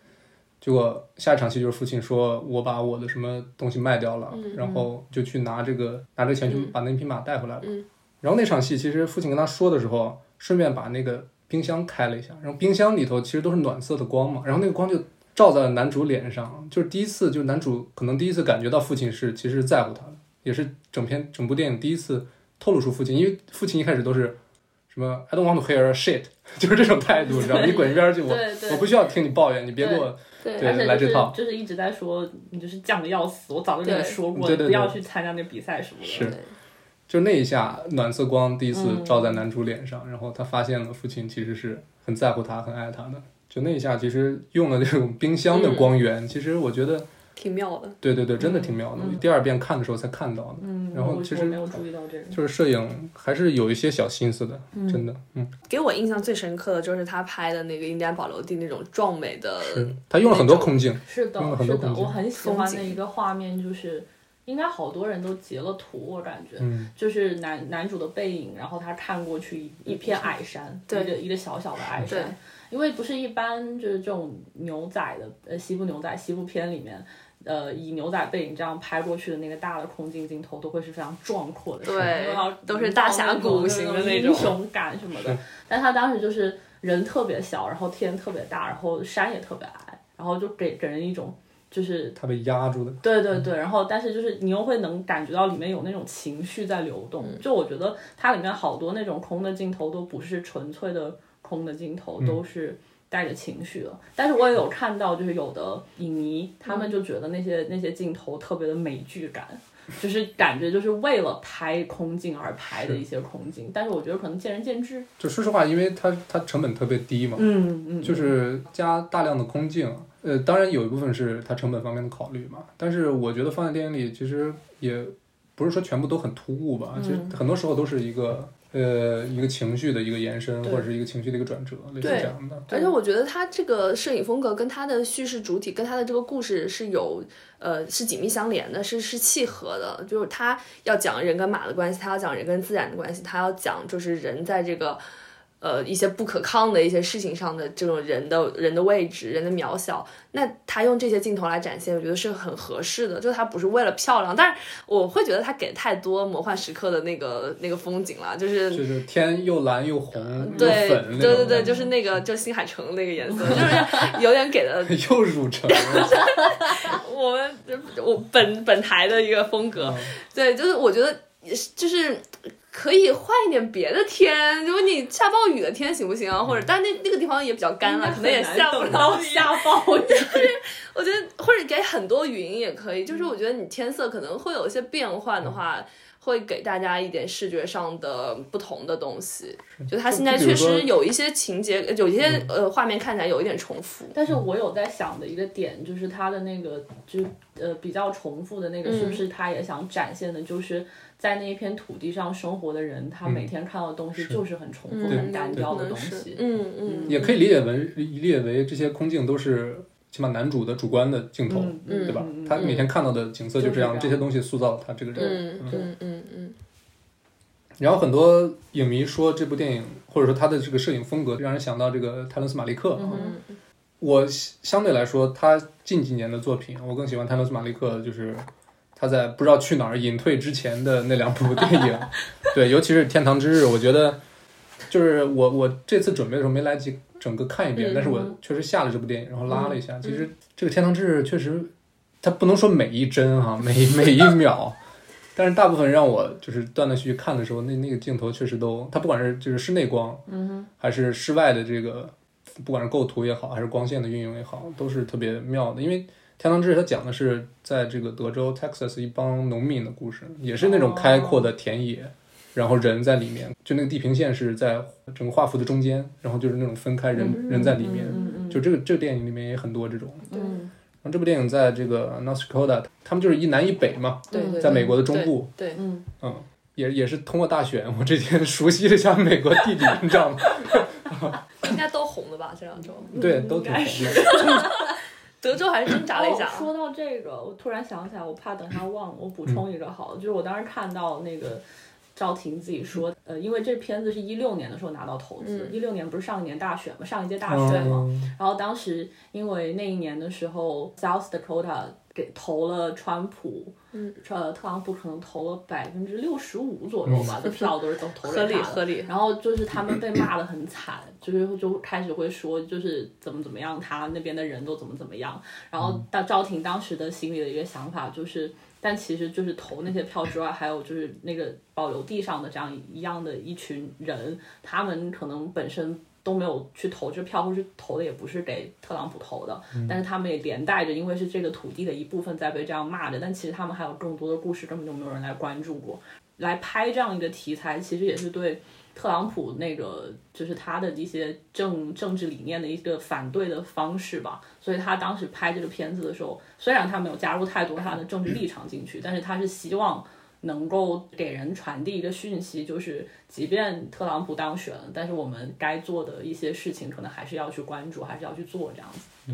结果下一场戏就是父亲说我把我的什么东西卖掉了，嗯然后就去拿这个拿这个钱去嗯把那匹马带回来了。嗯然后那场戏其实父亲跟他说的时候，顺便把那个冰箱开了一下，然后冰箱里头其实都是暖色的光嘛，然后那个光就照在了男主脸上，就是第一次，就是男主可能第一次感觉到父亲是其实是在乎他的，也是整篇整部电影第一次透露出父亲，因为父亲一开始都是什么 I don't want to hear a shit，就是这 (laughs) 种态度，你知道吗？你滚一边去，我对对我不需要听你抱怨，你别给我对对而且来就这是套就是一直在说你就是犟的要死，我早就跟你对说过，对对对不要去参加那比赛什么的。是就那一下暖色光第一次嗯照在男主脸上，然后他发现了父亲其实是很在乎他、很爱他的。就那一下，其实用了这种冰箱的光源，其实我觉得，挺妙的。对对对，真的挺妙的。嗯嗯我第二遍看的时候才看到的，嗯，然后我其实我没有注意到这个。就是摄影还是有一些小心思的，真的，嗯，给我印象最深刻的就是他拍的那个印第安保留地那种壮美的，嗯他用了很多空镜，是的用了，很是多的，空间我很喜风欢的景一个画面就是，应该好多人都截了图，我感觉。嗯，就是男男主的背影，然后他看过去一一片矮山，对一个一个小小的矮对山。因为不是一般就是这种牛仔的呃西部牛仔西部片里面，呃以牛仔背影这样拍过去的那个大的空镜镜头都会是非常壮阔的，对然后都是大峡谷型的那种英雄感什么的。但他当时就是人特别小，然后天特别大，然后山也特别矮，然后就给给人一种就是他被压住的，对对对，然后但是就是你又会能感觉到里面有那种情绪在流动，嗯就我觉得它里面好多那种空的镜头都不是纯粹的空的镜头，都是带着情绪的。但是我嗯也有看到，就是有的影迷他们就觉得那些、那些镜头特别的美剧感。就是感觉就是为了拍空镜而拍的一些空镜，但是我觉得可能见仁见智。就说实话，因为它它成本特别低嘛，嗯嗯，就是加大量的空镜，呃，当然有一部分是它成本方面的考虑嘛，但是我觉得放在电影里其实也不是说全部都很突兀吧，其实很多时候都是一个呃一个情绪的一个延伸，对或者是一个情绪的一个转折，类似对这样的。而且我觉得他这个摄影风格跟他的叙事主体跟他的这个故事是有呃是紧密相连的，是是契合的。就是他要讲人跟马的关系，他要讲人跟自然的关系，他要讲就是人在这个呃一些不可抗的一些事情上的这种人的人的位置、人的渺小。那他用这些镜头来展现，我觉得是很合适的。就他不是为了漂亮，但是我会觉得他给太多魔幻时刻的那个那个风景了，就是就是天又蓝又红又对粉那种，对对对，就是那个，就是新海诚那个颜色，就是有点给了 (laughs) 又入城了。我们我本本台的一个风格。嗯对，就是我觉得也是就是可以换一点别的天，如果你下暴雨的天行不行啊？嗯或者，但那那个地方也比较干了，可能也下不了 (laughs) 到雨。下暴雨。我觉得或者给很多云也可以，就是嗯我觉得你天色可能会有一些变换的话。会给大家一点视觉上的不同的东西，就它现在就比确如说嗯实有一些情节，呃有一些呃画面看起来有一点重复。但是我有在想的一个点，就是它的那个，就是呃比较重复的那个，是不是他也想展现的，就是在那一片土地上生活的人，他每天看到的东西就是很重复、对很单调的嗯东可能是西。嗯嗯也可以理解为理解为这些空镜都是起码男主的主观的镜头，嗯嗯对吧？嗯他每天看到的景色就这样，就是这样这些东西塑造了他这个人。嗯嗯嗯嗯，然后很多影迷说这部电影或者说他的这个摄影风格让人想到这个泰伦斯·马利克。嗯我相对来说，他近几年的作品，我更喜欢泰伦斯·马利克，就是他在不知道去哪儿隐退之前的那两部电 (laughs) 影，对，尤其是《天堂之日》，我觉得就是我我这次准备的时候没来及整个看一嗯遍，但是我确实下了这部电影，然后拉了一下。其实这个《天堂之日》确实，它不能说每一帧哈、每每一秒。但是大部分让我就是断断续续看的时候，那那个镜头确实都，它不管是就是室内光，嗯，还是室外的这个，不管是构图也好，还是光线的运用也好，都是特别妙的。因为《天堂之日》它讲的是在这个德州 Texas 一帮农民的故事，也是那种开阔的田野，然后人在里面，就那个地平线是在整个画幅的中间，然后就是那种分开人、人在里面，嗯嗯就这个这个电影里面也很多这种。嗯，后这部电影在这个 North Dakota，他们就是一南一北嘛，对对，在美国的中部，对，对嗯，嗯，也也是通过大选，我这几天熟悉了一下美国地理，你知道吗？应该都红了吧？这两周，对，都挺应该熟悉的。德州还是挣扎了一下啊哦。说到这个，我突然想起来，我怕等下忘，我补充一个好了，就是我当时看到那个。赵婷自己说，呃，因为这片子是一六年的时候拿到投资，一六、年不是上一年大选嘛，上一届大选嘛，嗯然后当时因为那一年的时候，South Dakota 给投了川普，嗯，呃，特朗普可能投了百分之六十五左右吧的票，都是都投给他合理的合理然后就是他们被骂的很惨，就是就开始会说就是怎么怎么样，他那边的人都怎么怎么样。然后到赵婷当时的心里的一个想法就是。但其实就是投那些票之外，还有就是那个保留地上的这样一样的一群人，他们可能本身都没有去投这票，或是投的也不是给特朗普投的，但是他们也连带着，因为是这个土地的一部分在被这样骂着，但其实他们还有更多的故事，根本就没有人来关注过。来拍这样一个题材，其实也是对特朗普那个就是他的一些政政治理念的一个反对的方式吧。所以他当时拍这个片子的时候，虽然他没有加入太多他的政治立场进去，但是他是希望能够给人传递一个讯息，就是即便特朗普当选了，但是我们该做的一些事情，可能还是要去关注，还是要去做这样子。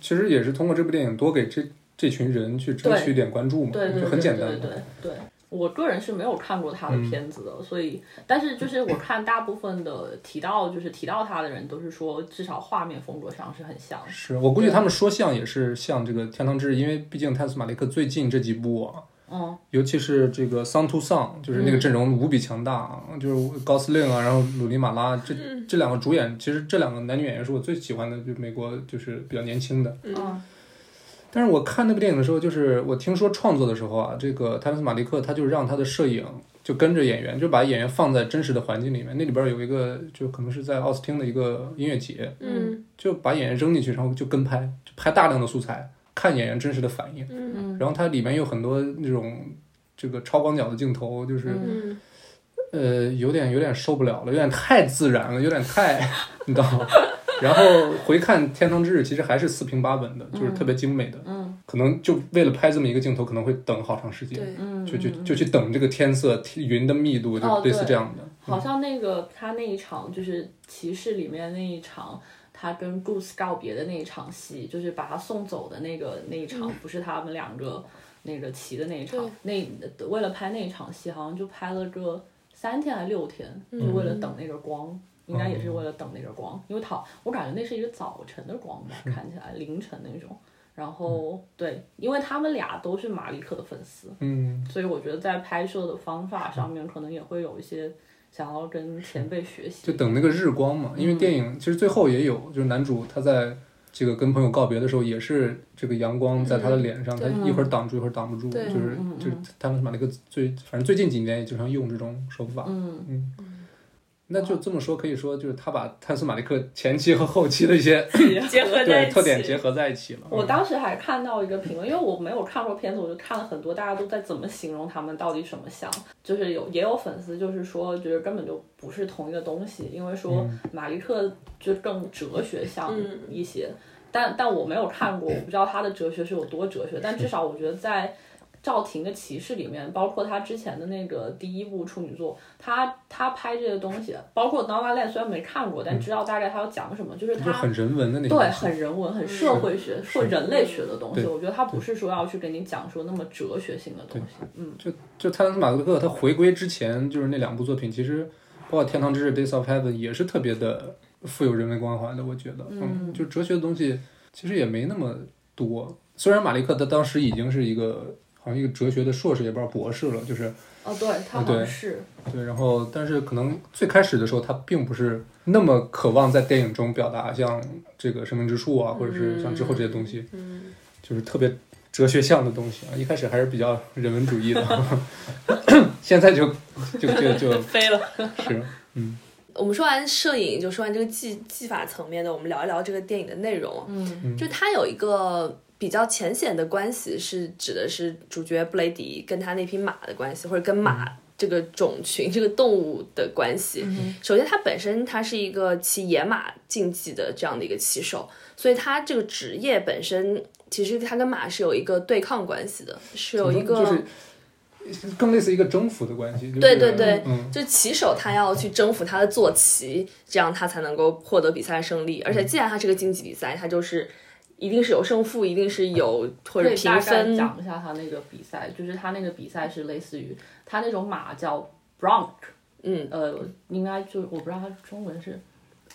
其实也是通过这部电影多给这这群人去争取一点关注嘛，对对嗯就对很简单嗯对嘛对。对。我个人是没有看过他的片子的，所以，但是就是我看大部分的提到就是提到他的人都是说，至少画面风格上是很像的。是我估计他们说像也是像这个《天堂之翼》，因为毕竟泰斯马雷克最近这几部啊，嗯，尤其是这个《Song to Song》，就是那个阵容无比强大，啊，就是高司令啊，然后鲁尼马拉这这两个主演，其实这两个男女演员是我最喜欢的，就是美国就是比较年轻的。哦嗯但是我看那部电影的时候，就是我听说创作的时候啊，这个泰勒斯马利克他就让他的摄影就跟着演员，就把演员放在真实的环境里面。那里边有一个就可能是在奥斯汀的一个音乐节，嗯就把演员扔进去，然后就跟拍，就拍大量的素材，看演员真实的反应。嗯嗯然后它里面有很多那种这个超广角的镜头，就是、嗯，呃，有点有点受不了了，有点太自然了，有点太， (laughs) 你知道吗？然后回看《天堂之日》，其实还是四平八稳的，就是特别精美的。嗯可能就为了拍这么一个镜头，可能会等好长时间，对，嗯，就就就去等这个天色、天云的密度，就哦类似对这样的。好像那个他那一场就是骑士里面那一场，他跟 Goose 告别的那一场戏，就是把他送走的那个那一场，不是他们两个那个骑的那一场，那为了拍那一场戏，好像就拍了个三天还六天，就为了等那个光。应该也是为了等那个光，因为它我感觉那是一个早晨的光吧，看起来凌晨那种。然后对，因为他们俩都是马利克的粉丝，嗯，所以我觉得在拍摄的方法上面，可能也会有一些想要跟前辈学习就。等那个日光嘛，嗯因为电影其实最后也有，就是男主他在这个跟朋友告别的时候，也是这个阳光在他的脸上，对他一会儿挡住，一会儿挡不住，就对是嗯嗯嗯就是他们把那个最，反正最近几年也经常用这种手法。嗯，嗯，那就这么说，可以说就是他把泰斯马利克前期和后期的一 (laughs) 些 (laughs) 结合在对一起，特点结合在一起了。我当时还看到一个评论，因为我没有看过片子，我就看了很多大家都在怎么形容他们到底什么像，就是有也有粉丝就是说，就是根本就不是同一个东西，因为说嗯马利克就更哲学像嗯一些，但但我没有看过，我不知道他的哲学是有多哲学，但至少我觉得在。赵婷的《骑士》里面，包括她之前的那个第一部处女作，她她拍这些东西，包括《n o v a l a n d 虽然没看过，但知道大概她要讲什么，就是嗯就她很人文的那种。对，很人文、很社会学或人类学的东西，我觉得它不是说要去给你讲说那么哲学性的东西。嗯就就泰伦斯马斯克他回归之前，就是那两部作品，其实包括《天堂之日》《Days of Heaven》也是特别的富有人文关怀的，我觉得，嗯，就哲学的东西其实也没那么多。虽然马利克他当时已经是一个好像一个哲学的硕士，也不知道博士了，就是哦，对，它啊好对像是，对，然后但是可能最开始的时候，他并不是那么渴望在电影中表达像这个生命之树啊，或者是像之后这些东西，嗯就是特别哲学向的东西啊。一开始还是比较人文主义的， (laughs) 现在就就就 (laughs) 就飞了。是嗯，我们说完摄影，就说完这个技技法层面的，我们聊一聊这个电影的内容。嗯就它有一个比较浅显的关系，是指的是主角布雷迪跟他那匹马的关系，或者跟马这个种群、这个动物的关系。首先，它本身它是一个骑野马竞技的这样的一个骑手，所以他这个职业本身，其实他跟马是有一个对抗关系的，是有一个。就是更类似一个征服的关系，就是对对对，嗯，就骑手他要去征服他的坐骑，这样他才能够获得比赛胜利。而且既然他是个竞技比赛，他就是一定是有胜负，一定是有或可者以评大概分。讲一下他那个比赛，就是他那个比赛是类似于他那种马叫 bronc，嗯，呃，应该就我不知道它中文是，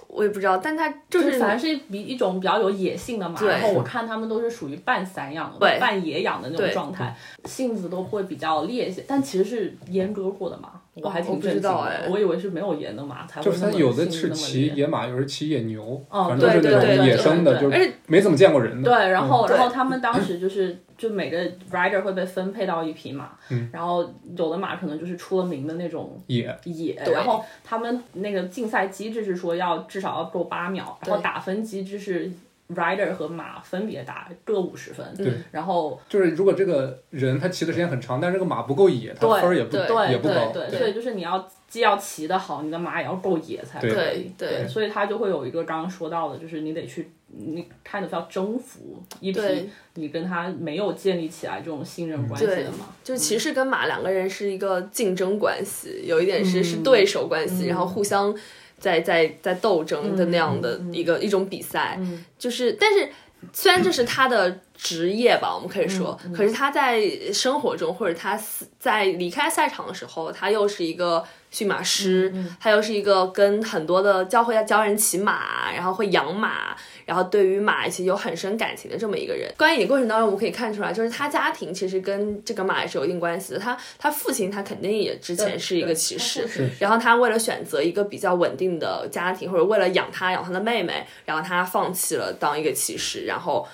我也不知道，但他就就是反正是比一种比较有野性的马。嗯对然后我看他们都是属于半散养、对半野养的那种对状态，性子都会比较烈一些，但其实是阉割过的马。我还我挺不震知惊道的哎，我以为是没有阉的马才会就是那他么有的性子是那么骑烈野马，有的是骑野牛，哦反正都是对那对种对野生的，对就而且没怎么见过人的。嗯对，然后、对然后他们当时就是就每个 rider 会被分配到一匹马，嗯然后有的马可能就是出了名的那种野，野，对然后他们那个竞赛机制是说要至少要够八秒，然后打分机制是 rider 和马分别打各五十分，对然后就是如果这个人他骑的时间很长，但是这个马不够野，他对分儿也不对对也不对高。对，所以就是你要既要骑得好，你的马也要够野才可对以，对对，对所以它就会有一个刚刚说到的，就是你得去你看得要征服一匹对你跟他没有建立起来这种信任关系对的嘛。嗯就骑士跟马两个人是一个竞争关系，有一点是嗯是对手关系，然后互相在在在斗争嗯的那样的一个、一种比赛，就是但是虽然这是他的职业吧，我们可以说，嗯可是他在生活中或者他私在离开赛场的时候，他又是一个驯马师，他又是一个跟很多的教会教人骑马，然后会养马，然后对于马其实有很深感情的这么一个人。观影的过程当中，我们可以看出来，就是他家庭其实跟这个马也是有一定关系的。他他父亲他肯定也之前是一个骑士，然后他为了选择一个比较稳定的家庭，或者为了养他养他的妹妹，然后他放弃了当一个骑士，然后。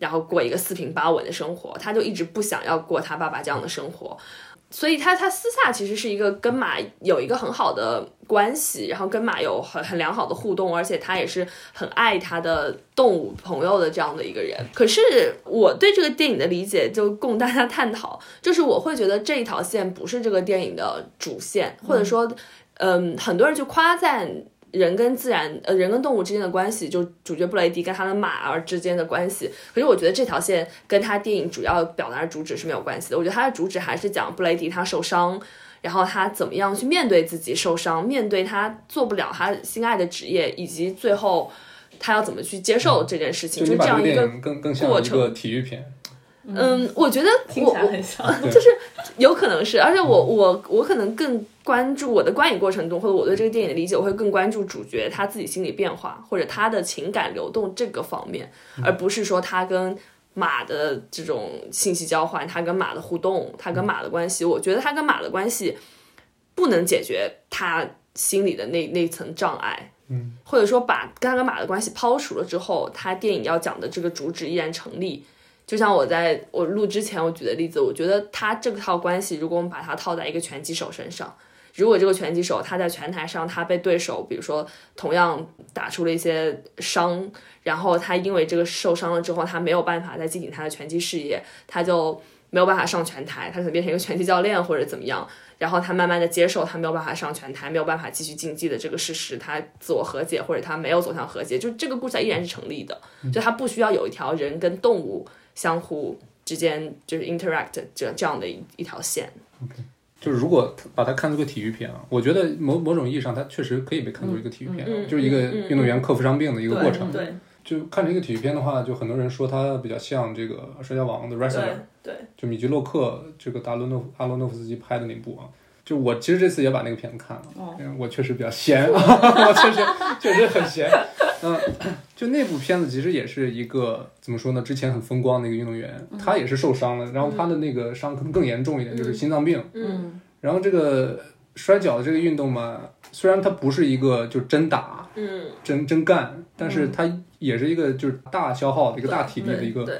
然后过一个四平八稳的生活，他就一直不想要过他爸爸这样的生活，所以他他私下其实是一个跟马有一个很好的关系，然后跟马有很很良好的互动，而且他也是很爱他的动物朋友的这样的一个人。可是我对这个电影的理解，就供大家探讨，就是我会觉得这一条线不是这个电影的主线，或者说，嗯，很多人去夸赞人跟自然，呃，人跟动物之间的关系，就主角布雷迪跟他的马儿之间的关系。可是我觉得这条线跟他电影主要表达的主旨是没有关系的。我觉得他的主旨还是讲布雷迪他受伤，然后他怎么样去面对自己受伤，面对他做不了他心爱的职业，以及最后他要怎么去接受这件事情，就就这你把这样个一电个。影更更像过一程个体育片，嗯，我觉得听我起来我很像，就是有可能是，而且我我我可能更关注我的观影过程中，或者我对这个电影的理解，我会更关注主角他自己心理变化或者他的情感流动这个方面，而不是说他跟马的这种信息交换，他跟马的互动，他跟马的关系。我觉得他跟马的关系不能解决他心里的那那层障碍。嗯，或者说把他跟马的关系抛除了之后，他电影要讲的这个主旨依然成立。就像我在我录之前我举的例子，我觉得他这套关系，如果我们把它套在一个拳击手身上，如果这个拳击手他在拳台上他被对手，比如说同样打出了一些伤，然后他因为这个受伤了之后，他没有办法再进行他的拳击事业，他就没有办法上拳台，他可能变成一个拳击教练或者怎么样。然后他慢慢的接受他没有办法上拳台，没有办法继续竞技的这个事实，他自我和解或者他没有走向和解，就这个故事依然是成立的，就他不需要有一条人跟动物相互之间就是 interact 这这样的一一条线。就是如果把它看作一个体育片啊，我觉得某某种意义上它确实可以被看作一个体育片啊，就是一个运动员克服伤病的一个过程。嗯嗯对就看这个体育片的话，就很多人说它比较像这个《摔跤王》的 Wrestler，对，就米基洛克这个达伦诺夫阿伦诺夫斯基拍的那部啊。就我其实这次也把那个片子看了，嗯，我确实比较闲， (laughs) 我确实确实很闲。嗯，就那部片子其实也是一个怎么说呢？之前很风光的一个运动员，他也是受伤了，然后他的那个伤可能更严重一点，就是心脏病。嗯，然后这个摔跤的这个运动嘛，虽然它不是一个就真打，嗯，真真干，但是它也是一个就是大消耗的一个大体力的一个对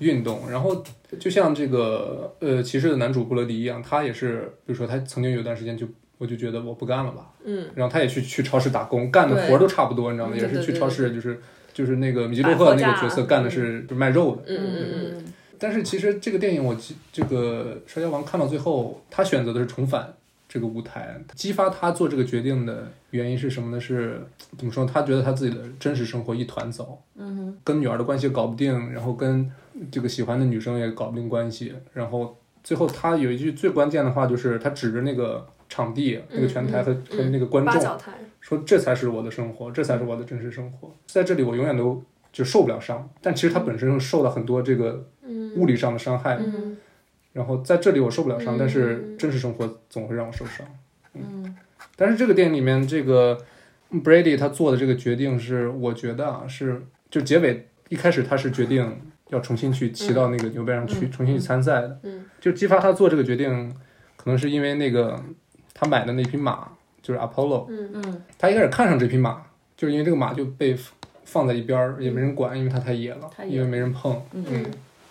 运动。然后就像这个呃骑士的男主布罗迪一样，他也是，比如说他曾经有段时间就我就觉得我不干了吧，嗯，然后他也去去超市打工，干的对活儿都差不多，你知道吗？嗯也是对对去对超市就是就是那个米基洛百货克那架个角色干的是就是卖肉的，嗯嗯对对对嗯但是其实这个电影我记这个摔跤王看到最后，他选择的是重返，这个舞台。激发他做这个决定的原因是什么呢？是怎么说？他觉得他自己的真实生活一团糟，嗯哼，跟女儿的关系搞不定，然后跟这个喜欢的女生也搞不定关系，然后最后他有一句最关键的话，就是他指着那个场地、那嗯个拳台和、和那个观八众角台，说，这才是我的生活，这才是我的真实生活，在这里我永远都就受不了伤。但其实他本身又受到很多这个嗯，物理上的伤害，嗯然后在这里我受不了伤，嗯但是真实生活总会让我受伤。嗯但是这个电影里面，这个 Brady 他做的这个决定是，我觉得啊，是就结尾一开始他是决定要重新去骑到那个牛背上去，嗯重新去参赛的，嗯就激发他做这个决定，可能是因为那个他买的那匹马就是 Apollo，嗯嗯他一开始看上这匹马，就是因为这个马就被放在一边儿，也没人管，因为它太野了，太野了因为没人碰，嗯嗯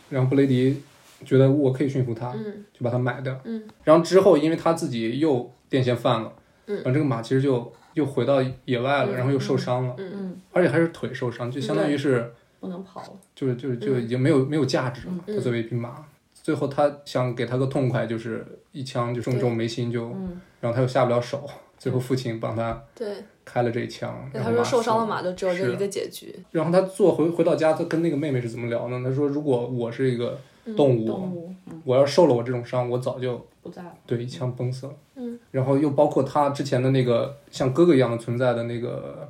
然后布雷迪觉得我可以驯服它，嗯就把它买掉。嗯，然后之后因为他自己又癫痫犯了，嗯然后这个马其实就又回到野外了，嗯然后又受伤了，嗯嗯，而且还是腿受伤，就相当于是不能跑了，就是就是就已经没有没有价值了。嗯他作为一匹马，最后他想给他个痛快，就是一枪就正中眉心，就嗯然后他又下不了手，最后父亲帮他对，开了这一枪，对，然他说后马受伤死了马就只有这是一个结局，然后他坐回回到家，他跟那个妹妹是怎么聊呢？他说：“如果我是一个动物，动物嗯我要受了我这种伤，我早就不在了，对一枪崩死了。”嗯，然后又包括他之前的那个像哥哥一样的存在的那个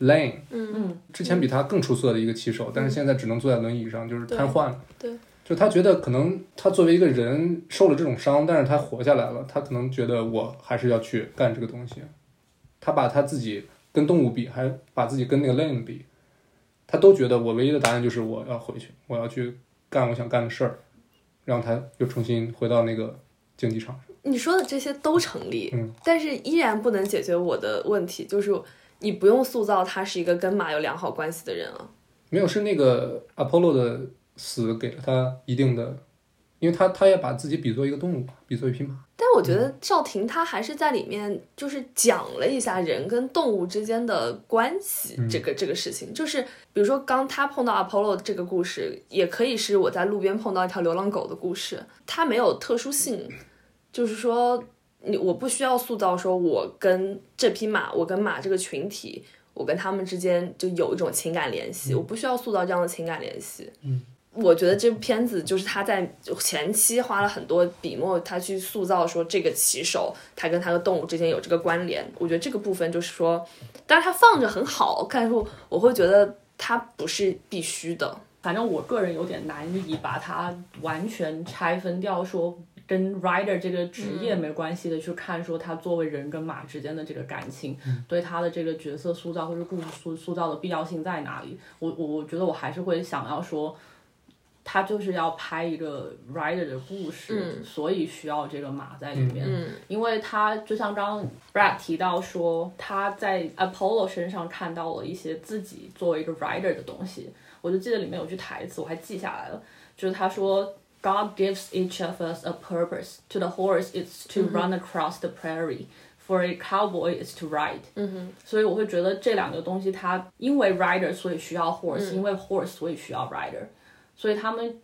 Lane，嗯嗯之前比他更出色的一个骑手，但是现在只能坐在轮椅上，就是对瘫痪了。对就他觉得可能他作为一个人受了这种伤，但是他活下来了，他可能觉得我还是要去干这个东西。他把他自己跟动物比，还把自己跟那个 Lane 比，他都觉得我唯一的答案就是我要回去，我要去干我想干的事儿，然后他又重新回到那个竞技场上。你说的这些都成立，嗯但是依然不能解决我的问题，就是你不用塑造他是一个跟马有良好关系的人啊。没有，是那个 Apollo 的死给了他一定的，因为他他也把自己比作一个动物，比作一匹马。但我觉得赵婷她还是在里面就是讲了一下人跟动物之间的关系，嗯这个这个事情，就是比如说刚她碰到 Apollo 这个故事，也可以是我在路边碰到一条流浪狗的故事，它没有特殊性，就是说你我不需要塑造说我跟这匹马，我跟马这个群体，我跟他们之间就有一种情感联系，我不需要塑造这样的情感联系。我觉得这部片子就是他在前期花了很多笔墨，他去塑造说这个骑手他跟他的动物之间有这个关联。我觉得这个部分就是说，但是他放着很好，但是我我会觉得它不是必须的。反正我个人有点难以把它完全拆分掉，说跟 rider 这个职业没关系的去看，说他作为人跟马之间的这个感情，对他的这个角色塑造或者故事塑塑造的必要性在哪里？我我我觉得我还是会想要说。他就是要拍一个 rider 的故事，嗯所以需要这个马在里面。嗯因为他就像刚刚 Brad 提到说，他在 Apollo 身上看到了一些自己作为一个 rider 的东西。我就记得里面有句台词，我还记下来了，就是他说：“God gives each of us a purpose. To the horse, it's to 嗯 run across the prairie. For a cowboy, it's to ride.” 嗯哼，所以我会觉得这两个东西，它因为 rider 所以需要嗯 horse，、因为 horse 所以需要 rider，所以他们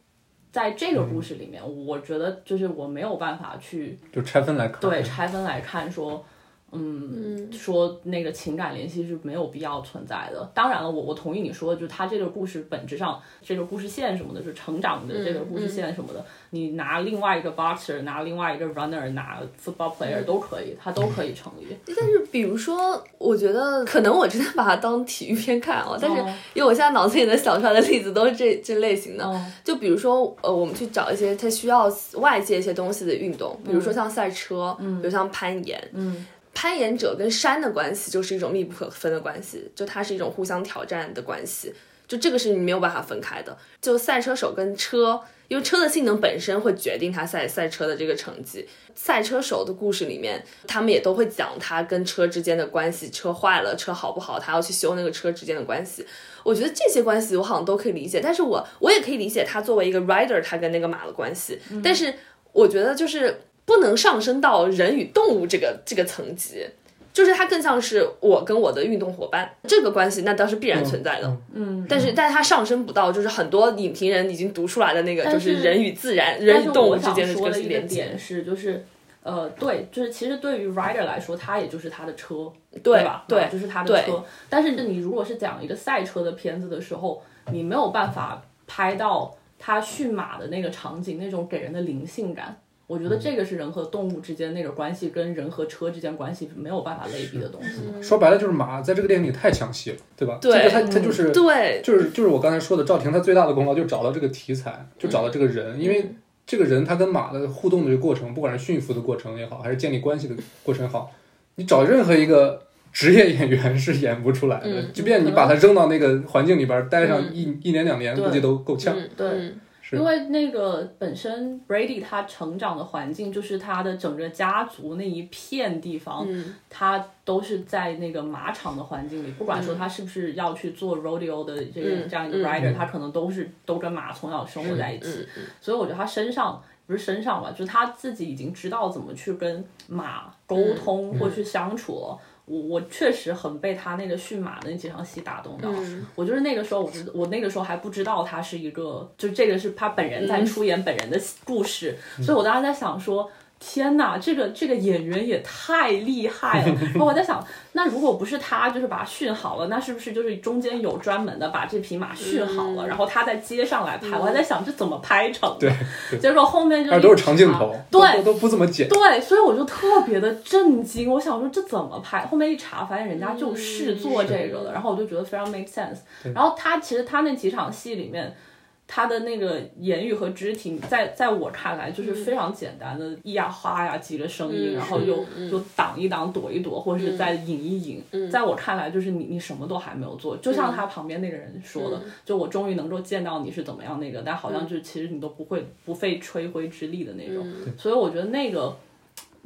在这个故事里面，我觉得就是我没有办法去。就拆分来看。对，拆分来看说，嗯，说那个情感联系是没有必要存在的。当然了，我我同意你说的，就是他这个故事本质上这个故事线什么的，就是成长的这嗯个故事线什么的，你拿另外一个 boxer，拿另外一个 runner，拿 football player 嗯都可以，它都可以成立。但是比如说，我觉得可能我真的把它当体育片看哦，但是哦因为我现在脑子里能想出来的例子都是这这类型的。嗯就比如说，呃，我们去找一些它需要外界一些东西的运动，比如说像赛车，嗯、比如像攀岩，嗯攀岩者跟山的关系就是一种密不可分的关系，就它是一种互相挑战的关系，就这个是你没有办法分开的。就赛车手跟车，因为车的性能本身会决定他赛赛车的这个成绩。赛车手的故事里面，他们也都会讲他跟车之间的关系，车坏了，车好不好，他要去修那个车之间的关系。我觉得这些关系我好像都可以理解，但是我我也可以理解他作为一个 rider 他跟那个马的关系，但是我觉得就是不能上升到人与动物这个这个层级，就是它更像是我跟我的运动伙伴这个关系，那倒是必然存在的。嗯，但是，但是它上升不到，就是很多影评人已经读出来的那个，就但是人与自然、但人是与动物我之想间的这说个的一个连接。点是，就是呃，对，就是其实对于 rider 来说，它也就是他的车，对吧？对啊就是他的对车。但是你如果是讲一个赛车的片子的时候，你没有办法拍到他驯马的那个场景，那种给人的灵性感。我嗯觉得这个是人和动物之间那种关系，跟人和车之间关系没有办法类比的东西。嗯说白了就是马在这个电影里太抢戏了，对吧？对这个它它嗯就是对，就是就是我刚才说的，赵婷她最大的功劳就找到这个题材，就找到这个嗯人，因为这个人他跟马的互动的这个过程，不管是驯服的过程也好，还是建立关系的过程也好，你找任何一个职业演员是演不出来的，嗯即便你把他扔到那个环境里边儿待上嗯一、一年两年，对估计都够呛。嗯对嗯是因为那个本身 Brady 他成长的环境，就是他的整个家族那一片地方，嗯他都是在那个马场的环境里，不管说嗯他是不是要去做 rodeo 的这个、嗯这样一个嗯 rider，、嗯他可能都是都跟马从小生活在一起，嗯所以我觉得他身上不是身上吧，就是他自己已经知道怎么去跟马沟通、或去相处了。我我确实很被他那个驯马的那几场戏打动到，嗯我就是那个时候，我知我那个时候还不知道他是一个，就这个是他本人在嗯出演本人的故事，嗯所以我当时在想说，天哪，这个这个演员也太厉害 (laughs) 了。然后我在想，那如果不是他，就是把他训好了，那是不是就是中间有专门的把这匹马训好嗯了，然后他再接上来拍？我还在想这怎么拍成的对。对，结果后面就而都是长嗯镜头，啊对都都都不怎么剪。对，所以我就特别的震惊，我想说这怎么拍？后面一查，发现人家嗯就是做这个的，然后我就觉得非常 make sense。然后他其实他那几场戏里面，他的那个言语和肢体，在在我看来就是非常简单的，咿呀哈呀几个声音，嗯然后又、嗯嗯嗯就挡一挡，躲一躲，或者是再引一引。在我看来，就是你你什么都还没有做，就嗯像他旁边那个人说的，就我终于能够见到你是怎么样那个，但嗯好像就是其实你都不会不费吹灰之力的那种。所以我觉得那个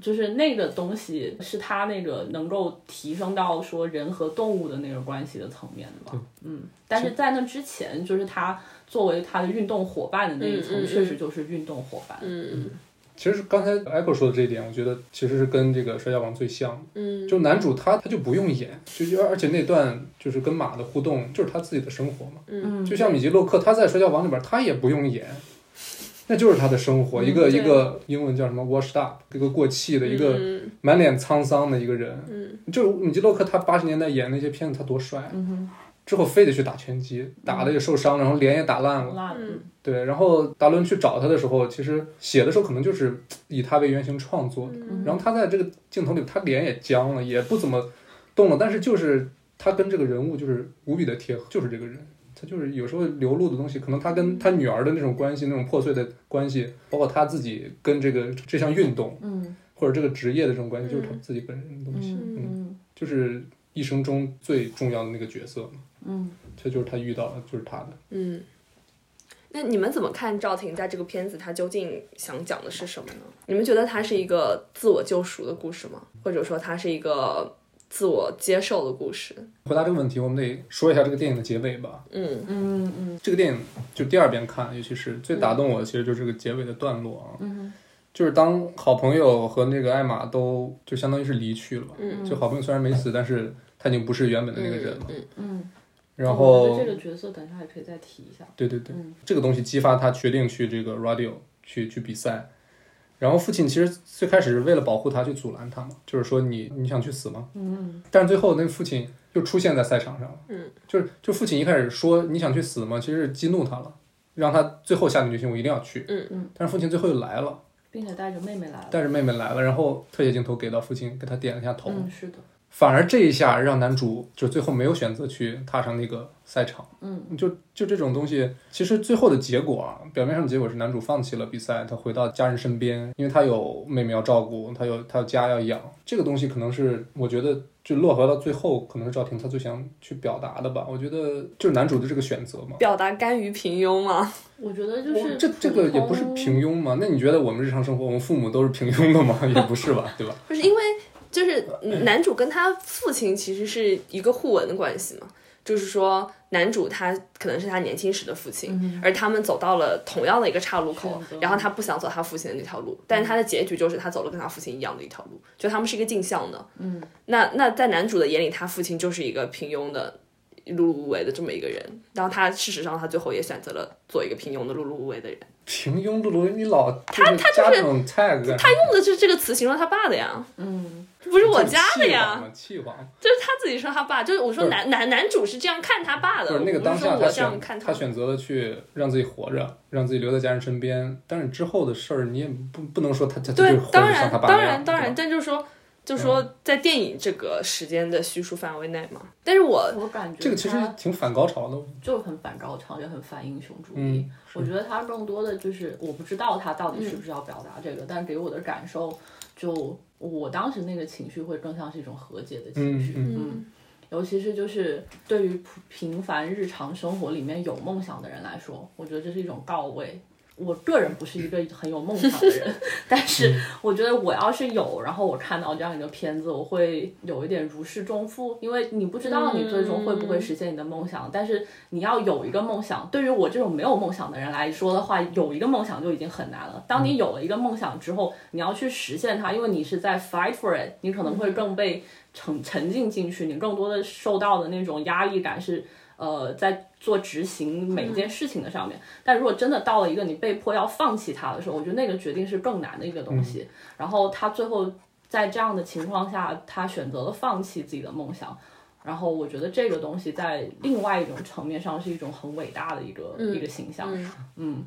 就是那个东西是他那个能够提升到说人和动物的那个关系的层面的吧。嗯，但是在那之前，就是他作为他的运动伙伴的那一嗯嗯层，嗯确实就是运动伙伴。嗯其实刚才 Echo 说的这一点，我觉得其实是跟这个《摔跤王》最像的。嗯就男主他他就不用演，就就而且那段就是跟马的互动，就是他自己的生活嘛。嗯就像米奇洛克，他在《摔跤王》里边，他也不用演，那就是他的生活，嗯一个对一个英文叫什么 washed up，一个过气的，一个嗯满脸沧桑的一个人。嗯就是米奇洛克，他八十年代演那些片子，他多帅啊！嗯之后非得去打拳击，打的也受伤，然后脸也打烂哼，了。辣的。嗯对，然后达伦去找他的时候，其实写的时候可能就是嘖以他为原型创作的。嗯然后他在这个镜头里，他脸也僵了，也不怎么动了，但是就是他跟这个人物就是无比的贴合，就是这个人，他就是有时候流露的东西，可能他跟他女儿的那种关系，那种破碎的关系，包括他自己跟这个这项运动嗯或者这个职业的这种关系，嗯就是他自己本人的东西，嗯嗯就是一生中最重要的那个角色嘛，嗯，这就是他遇到的，就是他的。嗯。那你们怎么看赵婷在这个片子她究竟想讲的是什么呢？你们觉得它是一个自我救赎的故事吗？或者说它是一个自我接受的故事？回答这个问题，我们得说一下这个电影的结尾吧。嗯嗯嗯这个电影就第二遍看，尤其是最打动我的，其实就是这个结尾的段落啊。嗯就是当好朋友和那个艾玛都就相当于是离去了吧，嗯就好朋友虽然没死，但是他已经不是原本的那个人了。嗯嗯。然我觉后得这，个角色等一下也可以再提一下。对对对，嗯这个东西激发他决定去这个 radio 去去比赛。然后父亲其实最开始是为了保护他去阻拦他嘛，就是说你你想去死吗？嗯但是最后那个父亲又出现在赛场上了，嗯，就是就父亲一开始说你想去死吗？其实是激怒他了，让他最后下定决心我一定要去，嗯嗯，但是父亲最后又来了，并且带着妹妹来了。带着妹妹来了，然后特写镜头给到父亲，给他点了一下头，嗯，是的。反而这一下让男主就最后没有选择去踏上那个赛场，嗯，就就这种东西，其实最后的结果啊，表面上的结果是男主放弃了比赛，他回到家人身边，因为他有妹妹要照顾，他有他有家要养，这个东西可能是我觉得就落合到最后，可能是赵婷她最想去表达的吧，我觉得就是男主的这个选择嘛。表达甘于平庸吗？我觉得就我是哦这这个也不是普通平庸嘛？那你觉得我们日常生活，我们父母都是平庸的吗？ (laughs) 也不是吧，对吧？不是因为就是男主跟他父亲其实是一个互文的关系嘛，就是说男主他可能是他年轻时的父亲，嗯而他们走到了同样的一个岔路口选择，然后他不想走他父亲的那条路，但是他的结局就是他走了跟他父亲一样的一条路，就他们是一个镜像的。嗯，那那在男主的眼里，他父亲就是一个平庸的。碌碌无为的这么一个人。然后他事实上他最后也选择了做一个平庸的碌碌无为的人。平庸碌碌，你老就他是他就是加这种 tag，干啊他什么用的就是这个词形容他爸的呀，嗯，不是我家的气呀，话气话，就是他自己说他爸，就是我说不是男男男主是这样看他爸的，不是那个我当说下我他这样选看他选择了去让自己活着，让自己留在家人身边，但是之后的事儿你也不不能说他他他对就是，活当得像然他爸当那然样当然，对吧嗯但就是说。就说在电影这个时间的叙述范围内嘛，但是我我感觉这个其实啊他挺反高潮的，就很反高潮，也很反英雄主义。嗯我觉得他更多的就是，我不知道他到底是不是要表达这嗯个，但给我的感受就，我当时那个情绪会更像是一种和解的情绪，嗯嗯尤其是就是对于普平凡日常生活里面有梦想的人来说，我觉得这是一种告慰。我个人不是一个很有梦想的人，但是我觉得我要是有，然后我看到这样一个片子，我会有一点如释重负，因为你不知道你最终会不会实现你的梦想，但是你要有一个梦想。对于我这种没有梦想的人来说的话，有一个梦想就已经很难了。当你有了一个梦想之后，你要去实现它，因为你是在 fight for it，你可能会更被沉沉浸进去，你更多的受到的那种压力感是。呃，在做执行每一件事情的上面，但如果真的到了一个你被迫要放弃它的时候，我觉得那个决定是更难的一个东西。然后他最后在这样的情况下，他选择了放弃自己的梦想。然后我觉得这个东西在另外一种层面上是一种很伟大的一个、一个形象。嗯嗯，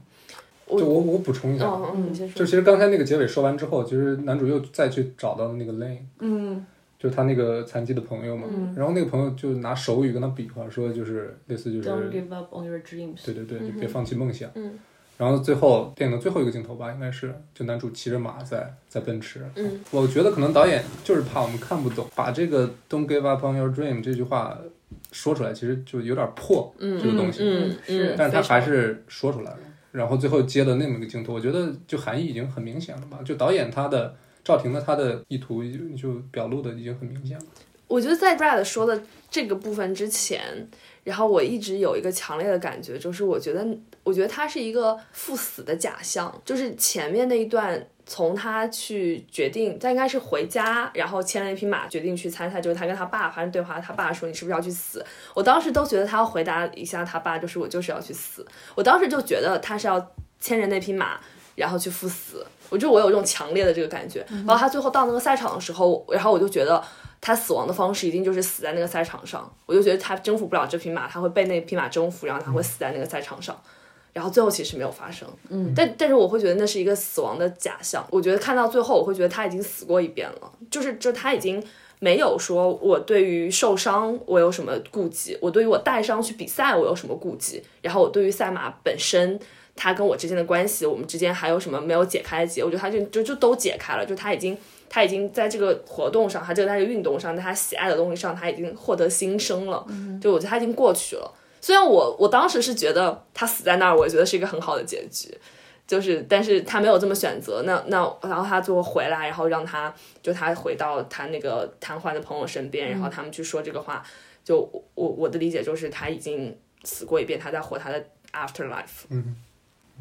就我我补充一下，哦，嗯你先就说，其实刚才那个结尾说完之后，其实男主又再去找到那个 Lane，嗯就是他那个残疾的朋友嘛，嗯然后那个朋友就拿手语跟他比划，说就是类似就嗯 Don't 是 give up on your dreams。嗯对对对，就别放弃梦想。嗯然后最后电影的最后一个镜头吧，应该是就男主骑着马在在奔驰。嗯，我觉得可能导演就是怕我们看不懂，把这个 “Don't give up on your dream” 这句话说出来，其实就有点破这个东西，嗯嗯，但是他非常还是说出来了。然后最后接了那么一个镜头，我觉得就含义已经很明显了吧？就导演他的赵婷的他的意图就就表露的已经很明显了。我觉得在 Brad 说的这个部分之前，然后我一直有一个强烈的感觉，就是我觉得，我觉得他是一个赴死的假象，就是前面那一段。从他去决定，他应该是回家，然后牵了一匹马，决定去参赛。就是他跟他爸发生对话，他爸说：“你是不是要去死？”我当时都觉得他要回答一下他爸，就是我就是要去死。我当时就觉得他是要牵着那匹马，然后去赴死。我就我有一种强烈的这个感觉。然后他最后到那个赛场的时候，然后我就觉得他死亡的方式一定就是死在那个赛场上。我就觉得他征服不了这匹马，他会被那匹马征服，然后他会死在那个赛场上。然后最后其实没有发生，嗯，但但是我会觉得那是一个死亡的假象。我觉得看到最后，我会觉得他已经死过一遍了，就是就他已经没有说我对于受伤我有什么顾忌，我对于我带伤去比赛我有什么顾忌，然后我对于赛马本身他跟我之间的关系，我们之间还有什么没有解开的结？我觉得他就就就都解开了，就他已经他已经在这个活动上，他这个在这个运动上，在他喜爱的东西上，他已经获得新生了。就我觉得他已经过去了。虽然我我当时是觉得他死在那儿，我也觉得是一个很好的结局，就是但是他没有这么选择。那那然后他最后回来，然后让他就他回到他那个瘫痪的朋友身边，然后他们去说这个话。就我我我的理解就是他已经死过一遍，他在活他的 afterlife。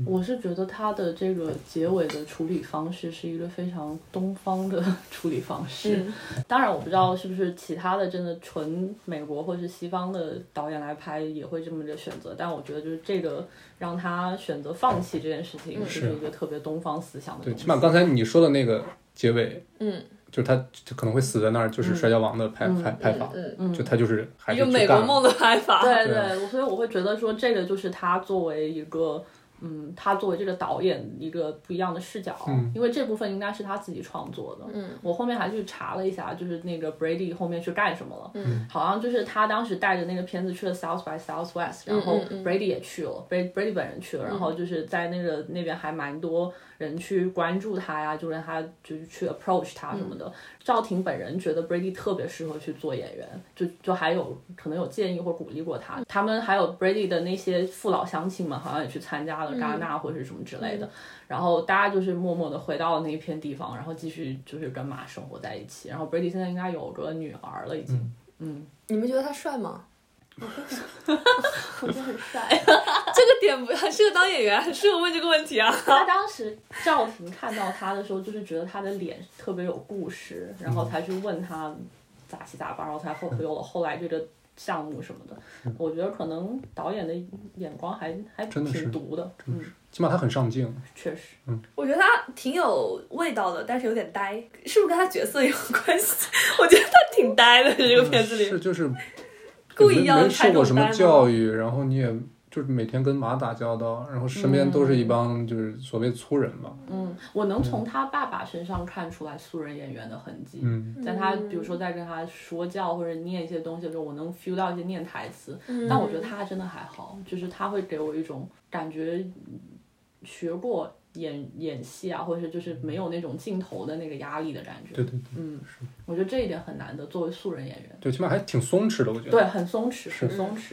我是觉得他的这个结尾的处理方式是一个非常东方的 (laughs) 处理方式。嗯当然，我不知道是不是其他的真的纯美国或是西方的导演来拍也会这么的选择，但我觉得就是这个让他选择放弃这件事情，嗯就是一个特别东方思想的对，东起西。码刚才你说的那个结尾，嗯，就是他就可能会死在那儿，就是摔跤王的拍拍拍法，嗯就他就是还一是个去美干国了梦的拍法。对对对，我所以我会觉得说，这个就是他作为一个，嗯，他作为这个导演一个不一样的视角，嗯因为这部分应该是他自己创作的。嗯，我后面还去查了一下，就是那个 Brady 后面去干什么了。嗯，好像就是他当时带着那个片子去了 South by Southwest，然后 Brady 也去了、b r a d y Brady 本人去了，然后就是在那个那边还蛮多人去关注他呀，就让他就是去 approach 他什么的。赵婷本人觉得 Brady 特别适合去做演员，就就还有可能有建议或鼓励过他。他们还有 Brady 的那些父老乡亲们，好像也去参加了戛纳或者什么之类的。然后大家就是默默的回到那一片地方，然后继续就是跟马生活在一起。然后 Brady 现在应该有个女儿了，已经。你们觉得他帅吗？我觉得很 (laughs) 帅。这个点不很适合当演员，很适合问这个问题啊。他当时赵婷看到他的时候，就是觉得他的脸特别有故事，然后才去问他咋七咋八，然后才后有了后来这个项目什么的。我觉得可能导演的眼光还还嗯真的是挺毒的，嗯，起码他很上镜，确实。我觉得他挺有味道的，但是有点呆，是不是跟他角色有关系？ (laughs) 我觉得他挺呆的，这个片子里嗯是就是故意要没没拍受这种过什呆么吗教育，然后你也就是每天跟马打交道，然后身边都是嗯一帮就是所谓粗人吧，嗯，我能从他爸爸身上看出来素人演员的痕迹。嗯，在他比如说在跟他说教或者念一些东西的时候，我能 feel 到一些念台词，嗯但我觉得他真的还好，就是他会给我一种感觉，学过演演戏啊，或者是就是没有那种镜头的那个压力的感觉。对对对嗯，我觉得这一点很难得，作为素人演员，对，起码还挺松弛的，我觉得。对，很松弛，很嗯松弛。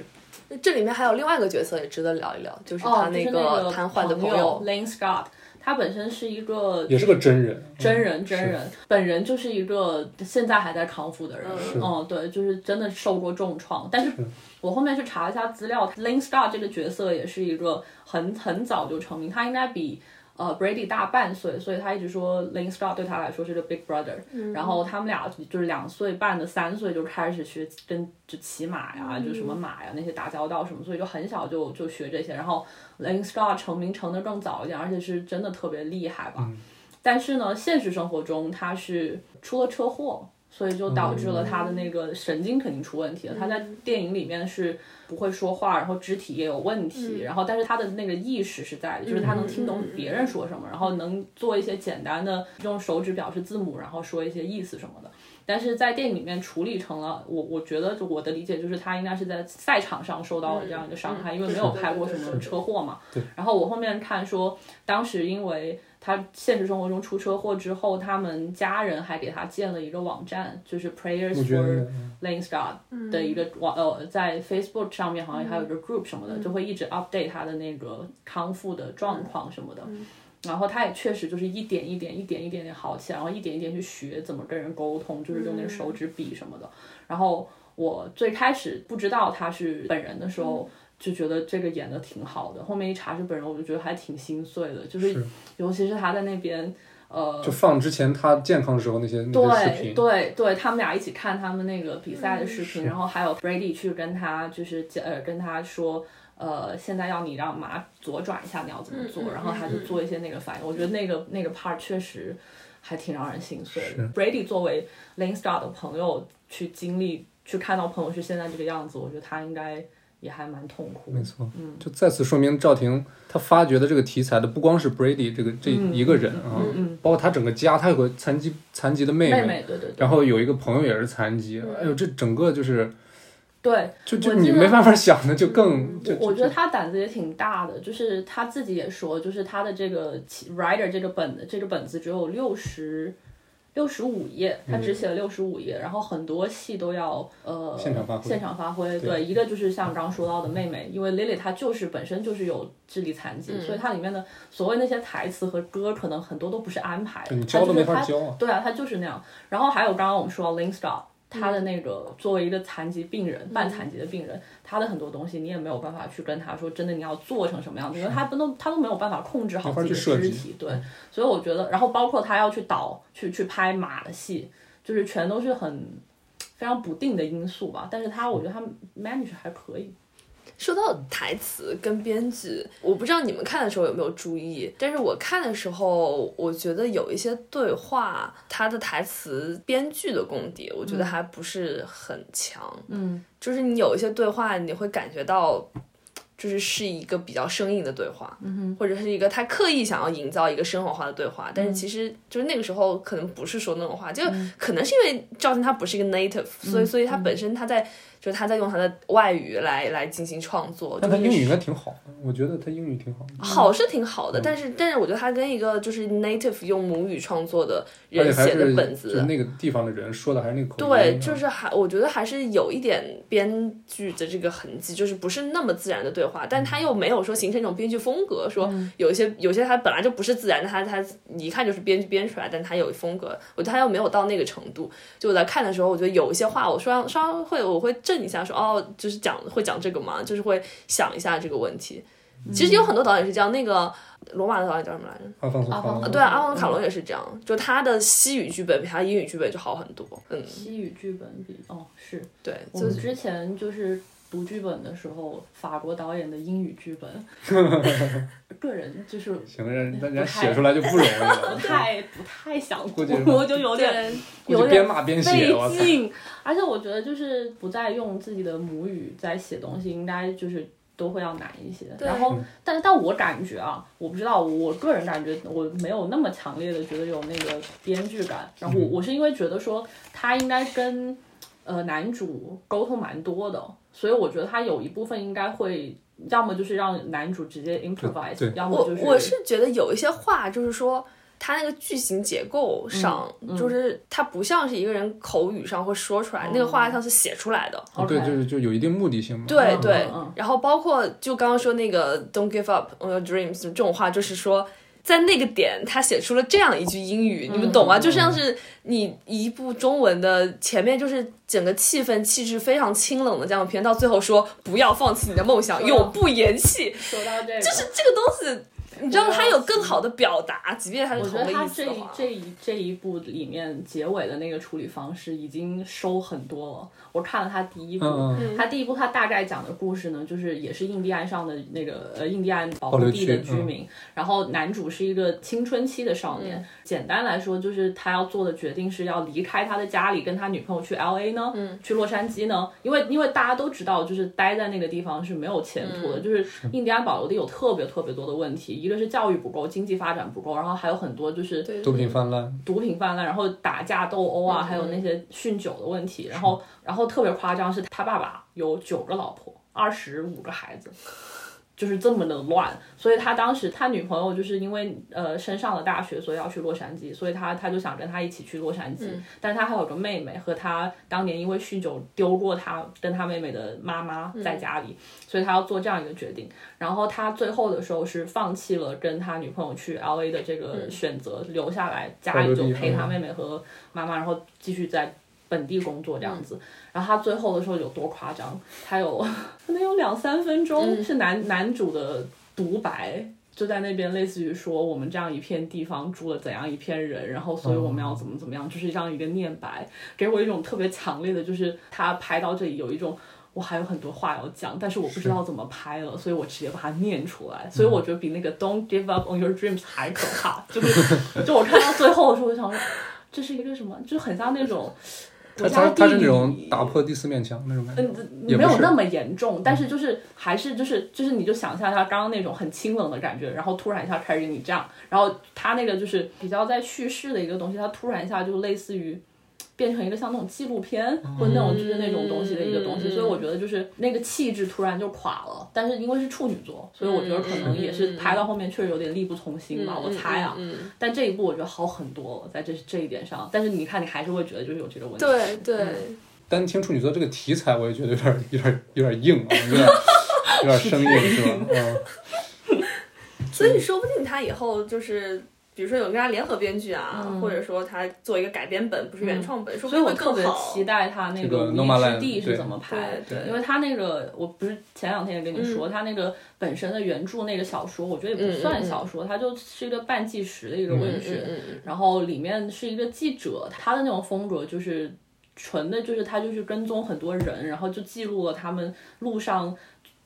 这里面还有另外一个角色也值得聊一聊，就是哦他，就是个瘫痪的朋友。 Lane Scott，他本身是一个也是个真人，真人真人，本人就是一个现在还在康复的人，是嗯，对，就是真的受过重创。但是我后面去查了一下资料，Lin Star 这个角色也是一个很很早就成名，他应该比。呃，Brady 大半岁，所以他一直说 Lin Star 对他来说是个 big brother、然后他们俩就是两岁半的三岁就开始学跟就骑马呀，就什么马呀那些打交道什么，所以就很小就就学这些。然后 Lin Star 成名成的更早一点，而且是真的特别厉害吧。但是呢，现实生活中他是出了车祸，所以就导致了他的那个神经肯定出问题了。他在电影里面是不会说话，然后肢体也有问题，然后但是他的那个意识是在的，就是他能听懂别人说什么，然后能做一些简单的用手指表示字母，然后说一些意思什么的。但是在电影里面处理成了我，我觉得就我的理解就是他应该是在赛场上受到了这样一个伤害，因为没有拍过什么车祸嘛。然后我后面看说，当时因为他现实生活中出车祸之后，他们家人还给他建了一个网站，就是 Prayers 我觉得嗯 for Lane Star 的一个网，呃，在 Facebook 上面好像还有一个 group 什么的，就会一直 update 他的那个康复的状况什么的。然后他也确实就是一点一点、一点一点点好起来，然后一点一点去学怎么跟人沟通，就是用那个手指比什么的。然后我最开始不知道他是本人的时候，就觉得这个演的挺好的。后面一查是本人，我就觉得还挺心碎的，就是是尤其是他在那边，呃，就放之前他健康的时候那些那些视对频，对对，他们俩一起看他们那个比赛的视频，然后还有 Brady 去跟他就是讲呃跟他说。呃，现在要你让马左转一下，你要怎么做？然后他就做一些那个反应。我觉得那个那个 part 确实还挺让人心碎的。Brady 作为 Lane Star 的朋友去经历、去看到朋友是现在这个样子，我觉得他应该也还蛮痛苦的没。错，就再次说明赵婷她发掘的这个题材的不光是 Brady 这个这一个人啊，包括他整个家，他有个残疾残疾的妹妹妹，对对对然后有一个朋友也是残疾，哎呦，这整个就是对，就我就记你得没办法想的，就更就我觉得他胆子也挺大的，就是他自己也说，就是他的这个起 writer 这个本这个本子只有六十六十五页，他只写了六十五页，然后很多戏都要呃嗯现场发挥现场发挥。对，一个就是像刚说到的妹妹，因为 Lily 她就是本身就是有智力残疾，所以她里面的所谓那些台词和歌，可能很多都不是安排的，你教都她就是没法她教啊对啊，他就是那样。然后还有刚刚我们说到 Link Star，他的那个作为一个残疾病人、半残疾的病人，他的很多东西你也没有办法去跟他说，真的你要做成什么样子，因为他不能，他都没有办法控制好没法哦自己去设的肢计体。对，所以我觉得，然后包括他要去导、去去拍马的戏，就是全都是很。非常不定的因素吧，但是他我觉得他 manage 还可以，说到台词跟编剧，我不知道你们看的时候有没有注意，但是我看的时候，我觉得有一些对话，它的台词编剧的功底，我觉得还不是很强。嗯，就是你有一些对话，你会感觉到，就是是一个比较生硬的对话，嗯或者是一个他刻意想要营造一个生活化的对话，嗯但是其实就是那个时候可能不是说那种话，就可能是因为赵婷她不是一个 native，、所以嗯所以她本身她在就是她在用她的外语来来进行创作，但他就是英语应该挺好的，我觉得他英语挺好的，好是挺好嗯的，但是但是我觉得她跟一个就是 native 用母语创作的而且人还写是的本就子是，那个地方的人说的还是那个口音哎啊，对，就是还我觉得还是有一点编剧的这个痕迹，就是不是那么自然的对话，嗯但他又没有说形成一种编剧风格，说有一些有些他本来就不是自然的，他他一看就是编剧编出来，但他有风格，我觉得他又没有到那个程度。就我在看的时候，我觉得有一些话我稍稍微会我会震一下说，哦，嗯就是讲会讲这个嘛，就是会想一下这个问题。其实有很多导演是这样，那个罗马的导演叫什么来着？阿方索阿卡方隆索啊，对啊，阿方卡隆也是这样，就他的西语剧本比他英语剧本就好很多。嗯，西语剧本比哦是，对，我们之前就是读剧本的时候，法国导演的英语剧 (laughs) 本，个人就是行了，让让不人太写出来就不容易不了。太不太想估哭计是，我就有有点点我 (laughs) 有就边点骂 (laughs) 边 (laughs) 写，我费操！劲，而且我觉得就是不再用自己的母语在写东西，应该就是都会要难一些。对然嗯后，但但我感觉啊，我不知道，我个人感觉我没有那么强烈的觉得有那个编剧感。然嗯后我我是因为觉得说他应该跟呃男主沟通蛮多的，所以我觉得他有一部分应该会。要么就是让男主直接 improvise，对要么我就是我是觉得有一些话，就是说他那个句型结构上，嗯就是他不像是一个人口语上会说出来，那个话像是写出来的。 OK 对，就是就有一定目的性嘛。对哦嗯对嗯嗯，然后包括就刚刚说那个 "Don't give up on your dreams" 这种话，就是说。在那个点，他写出了这样一句英语，嗯你们懂吗？就像是你一部中文的前面就是整个气氛气质非常清冷的这样的片，到最后说不要放弃你的梦想，说到永不言弃，说到这个，就是 (laughs) 这个东西，你知道它有更好的表达，即便它是我同觉得个啊他意思这的一话。这一这一部里面结尾的那个处理方式已经收很多了。我看了他第一部，嗯嗯他第一部他大概讲的故事呢，就是也是印第安上的那个呃印第安保嗯护地的居民，然后男主是一个青春期的少年。简单来说，就是他要做的决定是要离开他的家里，跟他女朋友去 L A 呢，去洛杉矶呢，因为因为大家都知道，就是待在那个地方是没有前途的，就是印第安保留地有特别特别多的问题，一个是教育不够，经济发展不够，然后还有很多就是对毒品泛滥，毒品泛滥，然后打架斗殴啊，还有那些酗酒的问题，然后然后特别夸张是他爸爸有九个老婆，二十五个孩子。就是这么的乱，所以他当时他女朋友就是因为呃升上了大学，所以要去洛杉矶，所以他他就想跟他一起去洛杉矶，但是他还有个妹妹和他当年因为酗酒丢过他跟他妹妹的妈妈在家里，所以他要做这样一个决定。然后他最后的时候是放弃了跟他女朋友去 L A 的这个选择，留下来家里就陪他妹妹和妈妈，然后继续在本地工作这样子。然后他最后的时候有多夸张？他有可能有两三分钟是男、男主的独白。就在那边，类似于说我们这样一片地方住了怎样一片人，然后所以我们要怎么怎么样，就是这样一个念白，给我一种特别强烈的，就是他拍到这里有一种我还有很多话要讲，但是我不知道怎么拍了，所以我直接把它念出来。所以我觉得比那个 "Don't give up on your dreams" 还可怕。就是，就我看到最后的时候，我想说，这是一个什么？就很像那种他国他家他地是那种理打破第四面墙那种感觉。嗯，也没不有是那么严重，但是就是还是就是就是你就想象一下刚刚那种很清冷的感觉，然后突然一下开始给你这样，然后他那个就是比较在叙事的一个东西，他突然一下就类似于。变成一个像那种纪录片嗯或者那种就是那种东西的一个东西，嗯所以我觉得就是那个气质突然就垮了。但是因为是处女座，所以我觉得可能也是拍到后面确实有点力不从心吧，我猜啊。嗯，但这一部我觉得好很多了，在这这一点上。但是你看，你还是会觉得就是有这个问题。对对，嗯单听处女座这个题材，我也觉得有点有点有点硬啊，有点有点生 (laughs) 硬是吧？嗯，所以说不定他以后就是。比如说有跟他联合编剧啊，或者说他做一个改编本，不是原创本，说不嗯所以定我会特更别好。期待他那这个个《无 Nomadland，意之地》对是怎么拍对，嗯对因为他那个我不是前两天也跟你说，他那个本身的原著那个小说，我觉得也不算小嗯说，它就是一个半纪实的一个文学，然后里面是一个记者，他的那种风格就是纯的，就是他就是跟踪很多人，然后就记录了他们路上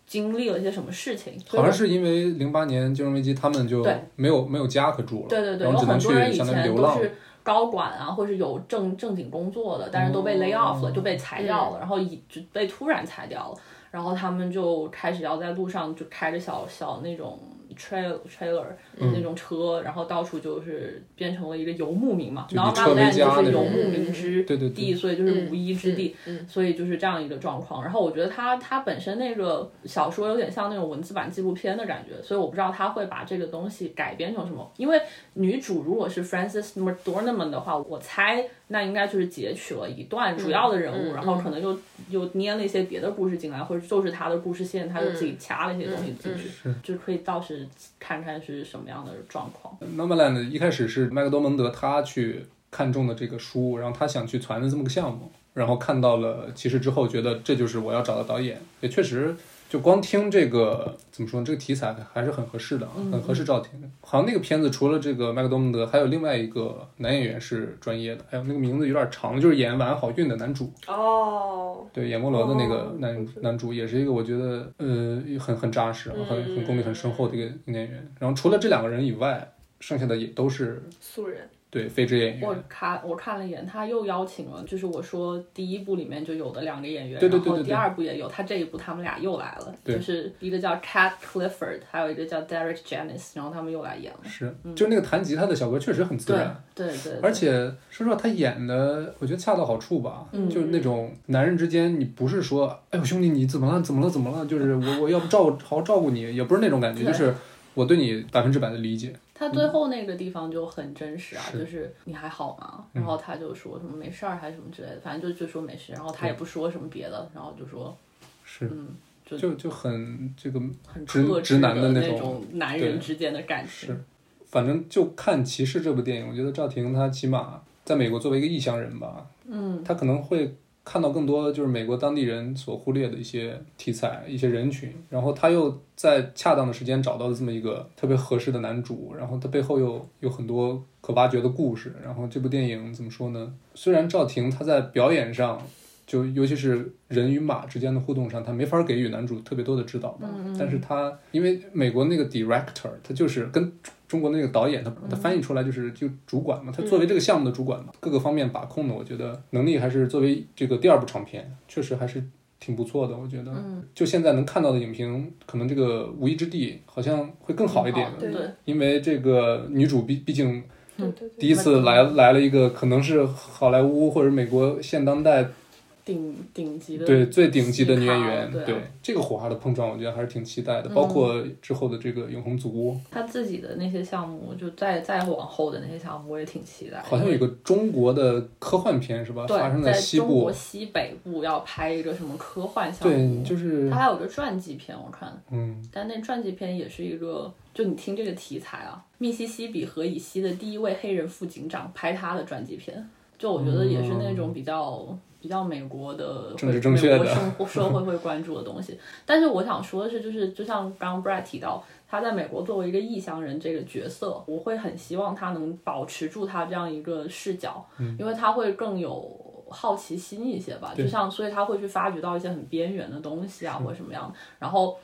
经历了一些什么事情，所以好我像是因为零八年金融危机，他们就对没有没有家可住了，对对对，然有后只能很多人去以相当于前流都浪。是高管啊，或是有正正经工作的，但是都被 lay off 了，就被裁掉了，然后以就被突然裁掉了，然后他们就开始要在路上就开着小小那种 trail trailer 嗯那种车，然后到处就是变成了一个游牧民嘛，就然后以车为 Nomadland 家就是那游种牧民之对对对地，所以就是无依之地，所以就是这样一个状况。然后我觉得它它本身那个小说有点像那种文字版纪录片的感觉，所以我不知道他会把这个东西改编成什么。因为女主如果是 Frances McDormand 的话，我猜那应该就是截取了一段主要的人物，然后可能又又捏了一些别的故事进来，或者就是他的故事线，他又自己掐了一些东西进去，就可以到时看看是什么样的状况。 Nomadland 一开始是麦克多蒙德他去看中的这个书，然后他想去传的这么个项目，然后看到了其实之后觉得这就是我要找的导演，也确实就光听这个怎么说呢？这个题材还是很合适的啊，很合适赵婷的。好像那个片子除了这个麦克多蒙德，还有另外一个男演员是专业的，还哎有那个名字有点长，就是演《晚安好运》的男主，哦，对，演摩罗的那哦个男、男主，也是一个我觉得呃很很扎实啊，很很功力很深厚的一个嗯一个演员。然后除了这两个人以外，剩下的也都是素人，对非职业演员。我看我看了一眼，他又邀请了，就是我说第一部里面就有的两个演员，对对对然后对对第二部也有，他这一部他们俩又来了，对就是一个叫 Cat Clifford，还有一个叫 Derek Janis，然后他们又来演了，是，就那个弹吉他的小哥确实很自对然，对嗯对，对而且说实话，他演的我觉得恰到好处吧，嗯就是那种男人之间，你不是说，哎呦兄弟你怎么了怎么了怎么了，就是我我要不照顾好好照顾你，也不是那种感觉，对就是我对你百分之百的理解，他最后那个地方就很真实啊，嗯是嗯就是你还好吗？然后他就说什么没事儿还是什么之类的，反正就就说没事，然后他也不说什么别的，然后就说是，嗯，就就就很这个很直克直制男的的那种种男对人之间的感情哦是。反正就看《骑士》这部电影，我觉得赵婷她起码在美国作为一个异乡人吧，嗯，她可能会看到更多就是美国当地人所忽略的一些题材、一些人群，然后她又在恰当的时间找到了这么一个特别合适的男主，然后他背后又有很多可挖掘的故事，然后这部电影怎么说呢？虽然赵婷她在表演上。就尤其是人与马之间的互动上，她没法给予男主特别多的指导吧。但是她因为美国那个 director，他就是跟中国那个导演，他他翻译出来就是就主管嘛，他作为这个项目的主管嘛，各个方面把控的，我觉得能力还是作为这个第二部长片，确实还是挺不错的。我觉得，就现在能看到的影评，可能这个《无依之地》好像会更好一点，对对，因为这个女主毕毕竟对对对，第一次来来了一个可能是好莱坞或者美国现当代顶顶级的对最顶级的女演西卡员，对嗯对啊这个火花的碰撞，我觉得还是挺期待的。包括之后的这个《永恒族屋》，他自己的那些项目，就再再往后的那些项目，我也挺期待的。好像有个中国的科幻片是吧？发生哎对，在西中国部。西北部要拍一个什么科幻项对，目，就是他还有个传记片，我看，嗯，但那传记片也是一个，就你听这个题材啊，密西西比河以西的第一位黑人副警长拍他的传记片，就我觉得也是那种比较。比较美国的政治正确的美国生活社会会关注的东 (laughs) 西，但是我想说的是，就是就像刚刚 Brad 提到，他在美国作为一个异乡人这个角色，我会很希望他能保持住他这样一个视角，嗯因为他会更有好奇心一些吧。就像，所以他会去发掘到一些很边缘的东西啊，或者什么样的。然后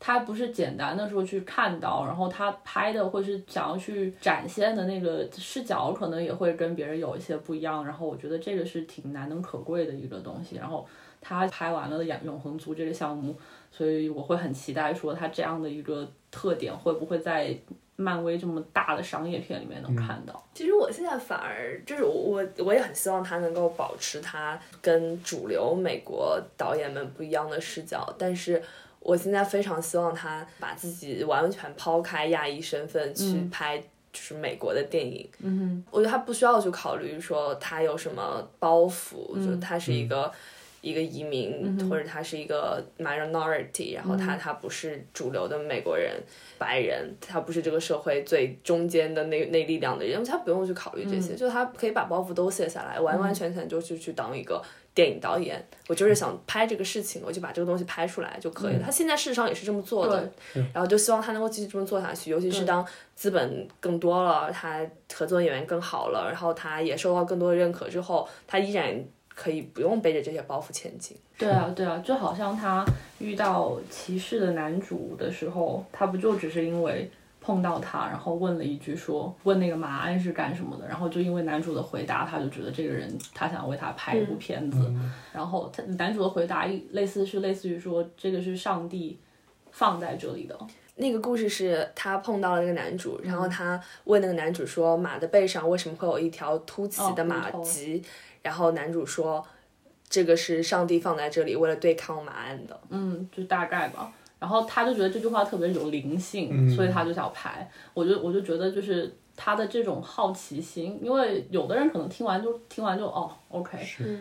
他不是简单的说去看到，然后他拍的或是想要去展现的那个视角，可能也会跟别人有一些不一样。然后我觉得这个是挺难能可贵的一个东西。然后他拍完了《永永恒族》这个项目，所以我会很期待说他这样的一个特点会不会在漫威这么大的商业片里面能看到。其实我现在反而就是我我我也很希望他能够保持他跟主流美国导演们不一样的视角，但是我现在非常希望他把自己完全抛开亚裔身份去嗯拍就是美国的电影。嗯我觉得他不需要去考虑说他有什么包袱，嗯就他是一个、一个移民、或者他是一个 minority，然后嗯他、他不是主流的美国人、白人，他不是这个社会最中间的那那力量的人，他不用去考虑这些，就他可以把包袱都卸下来，完完全全就去去当一个。电影导演，我就是想拍这个事情，我就把这个东西拍出来就可以了。他现在事实上也是这么做的，然后就希望他能够继续这么做下去，尤其是对当资本更多了，他合作演员更好了，然后他也受到更多的认可之后，他依然可以不用背着这些包袱前进。对啊，对啊，就好像他遇到骑士的男主的时候，他不就只是因为碰到他，然后问了一句说问那个马鞍是干什么的，然后就因为男主的回答，他就觉得这个人他想为他拍一部片子，然后他男主的回答一类似是类似于说这个是上帝放在这里的，那个故事是他碰到了那个男主，然后他问那个男主说：“马的背上为什么会有一条凸起的哦马骨头棘？”然后男主说：“这个是上帝放在这里为了对抗马鞍的。”嗯，就大概吧。然后他就觉得这句话特别有灵性，所以他就想排。我就我就觉得就是他的这种好奇心，因为有的人可能听完就听完就哦 OK，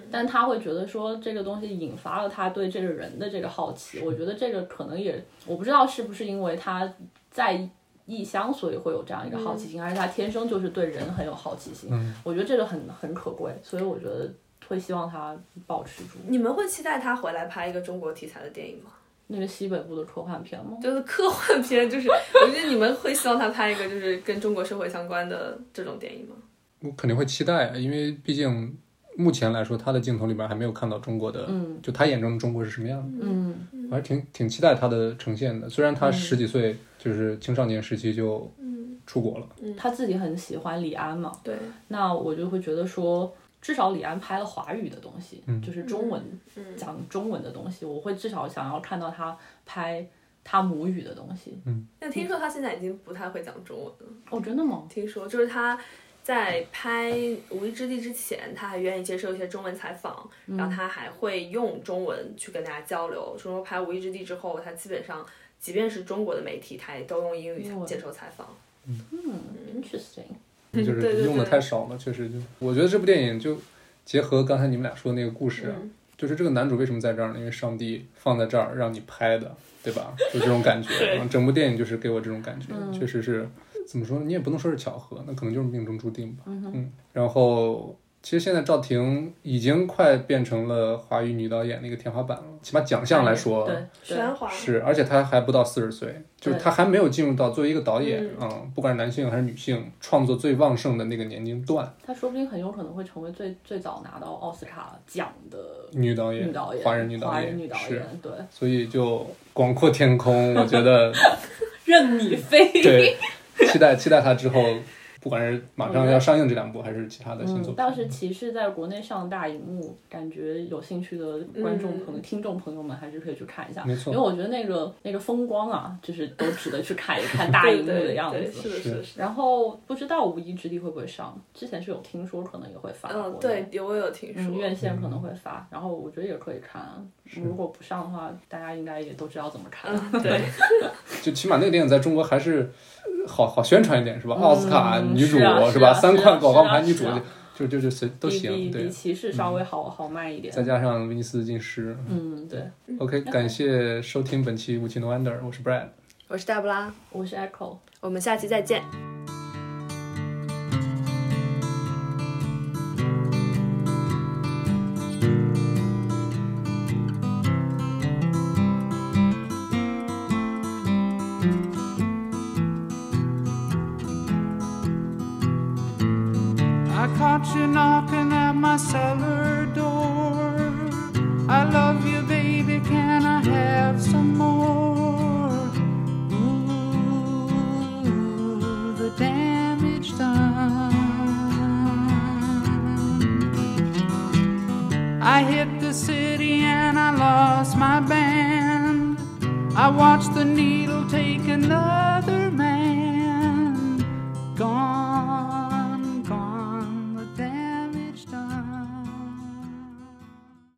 但他会觉得说这个东西引发了他对这个人的这个好奇。我觉得这个可能也我不知道是不是因为他在异乡，所以会有这样一个好奇心，还是他天生就是对人很有好奇心。我觉得这个很很可贵，所以我觉得会希望他保持住。你们会期待他回来拍一个中国题材的电影吗？那个西北部的科幻片吗？就是科幻片，就是我觉得你们会希望他拍一个就是跟中国社会相关的这种电影吗？我肯定会期待，啊因为毕竟目前来说，他的镜头里面还没有看到中国的，嗯就他眼中的中国是什么样的。嗯我还挺挺期待他的呈现的。虽然他十几岁，就是青少年时期就嗯出国了，他自己很喜欢李安嘛，对，那我就会觉得说，至少李安拍了华语的东西，嗯就是中文嗯讲中文的东西，我会至少想要看到他拍他母语的东西。嗯但听说他现在已经不太会讲中文了。哦，真的吗？听说就是他在拍《无依之地》之前，他还愿意接受一些中文采访，然后他还会用中文去跟大家交流。说拍《无依之地》之后，他基本上即便是中国的媒体，他也都用英语英文接受采访。 Interesting。对就是对用的对太少了，确实就。我觉得这部电影就结合刚才你们俩说的那个故事嗯啊，就是这个男主为什么在这儿呢？因为上帝放在这儿让你拍的，对吧？就这种感觉。 (laughs) 对嗯然后整部电影就是给我这种感觉，确实是怎么说呢？你也不能说是巧合，那可能就是命中注定吧。嗯然后。其实现在赵婷已经快变成了华语女导演的一个天花板了，起码奖项来说，对对喧哗，是，而且他还不到四十岁，就是对他还没有进入到作为一个导演，嗯，不管是男性还是女性，创作最旺盛的那个年龄段，他说不定很有可能会成为最最早拿到奥斯卡奖的女导演，女导演，华人女导华演，人女导是，演，对，所以就广阔天空，我觉得 (laughs) 任你飞。对，期待期待他之后，不管是马上要上映这两部，还是其他的新作品，嗯，当时骑士在国内上大荧幕，感觉有兴趣的观众朋友、嗯听众朋友们还是可以去看一下，没错因为我觉得那个那个风光啊，就是都值得去看 (laughs) 一看大对荧幕对的样子。对是的，是的，是的。然后不知道《无依之地》会不会上，之前是有听说可能也会发国内，嗯，对，有我有听嗯，说。院线可能会发，然后我觉得也可以看啊。如果不上的话，大家应该也都知道怎么看。嗯，对， (laughs) 就起码那个电影在中国还是呃好好宣传一点，是吧？奥斯卡嗯女主是啊是吧？啊三是啊块广告是啊牌女主是啊，就就就随都比行，比对嗯比，骑士稍微好好卖一点再。加上威尼斯金狮，嗯，对， OK，感谢收听本期《无情的 Wonder》，我是 Brad。我是黛布拉，我是 Echo。我们下期再见。 I caught you knocking at my cellar door. I love you, baby. Can I have some more? Ooh, the damage done. I hit the city and I lost my band. I watched the needle take another.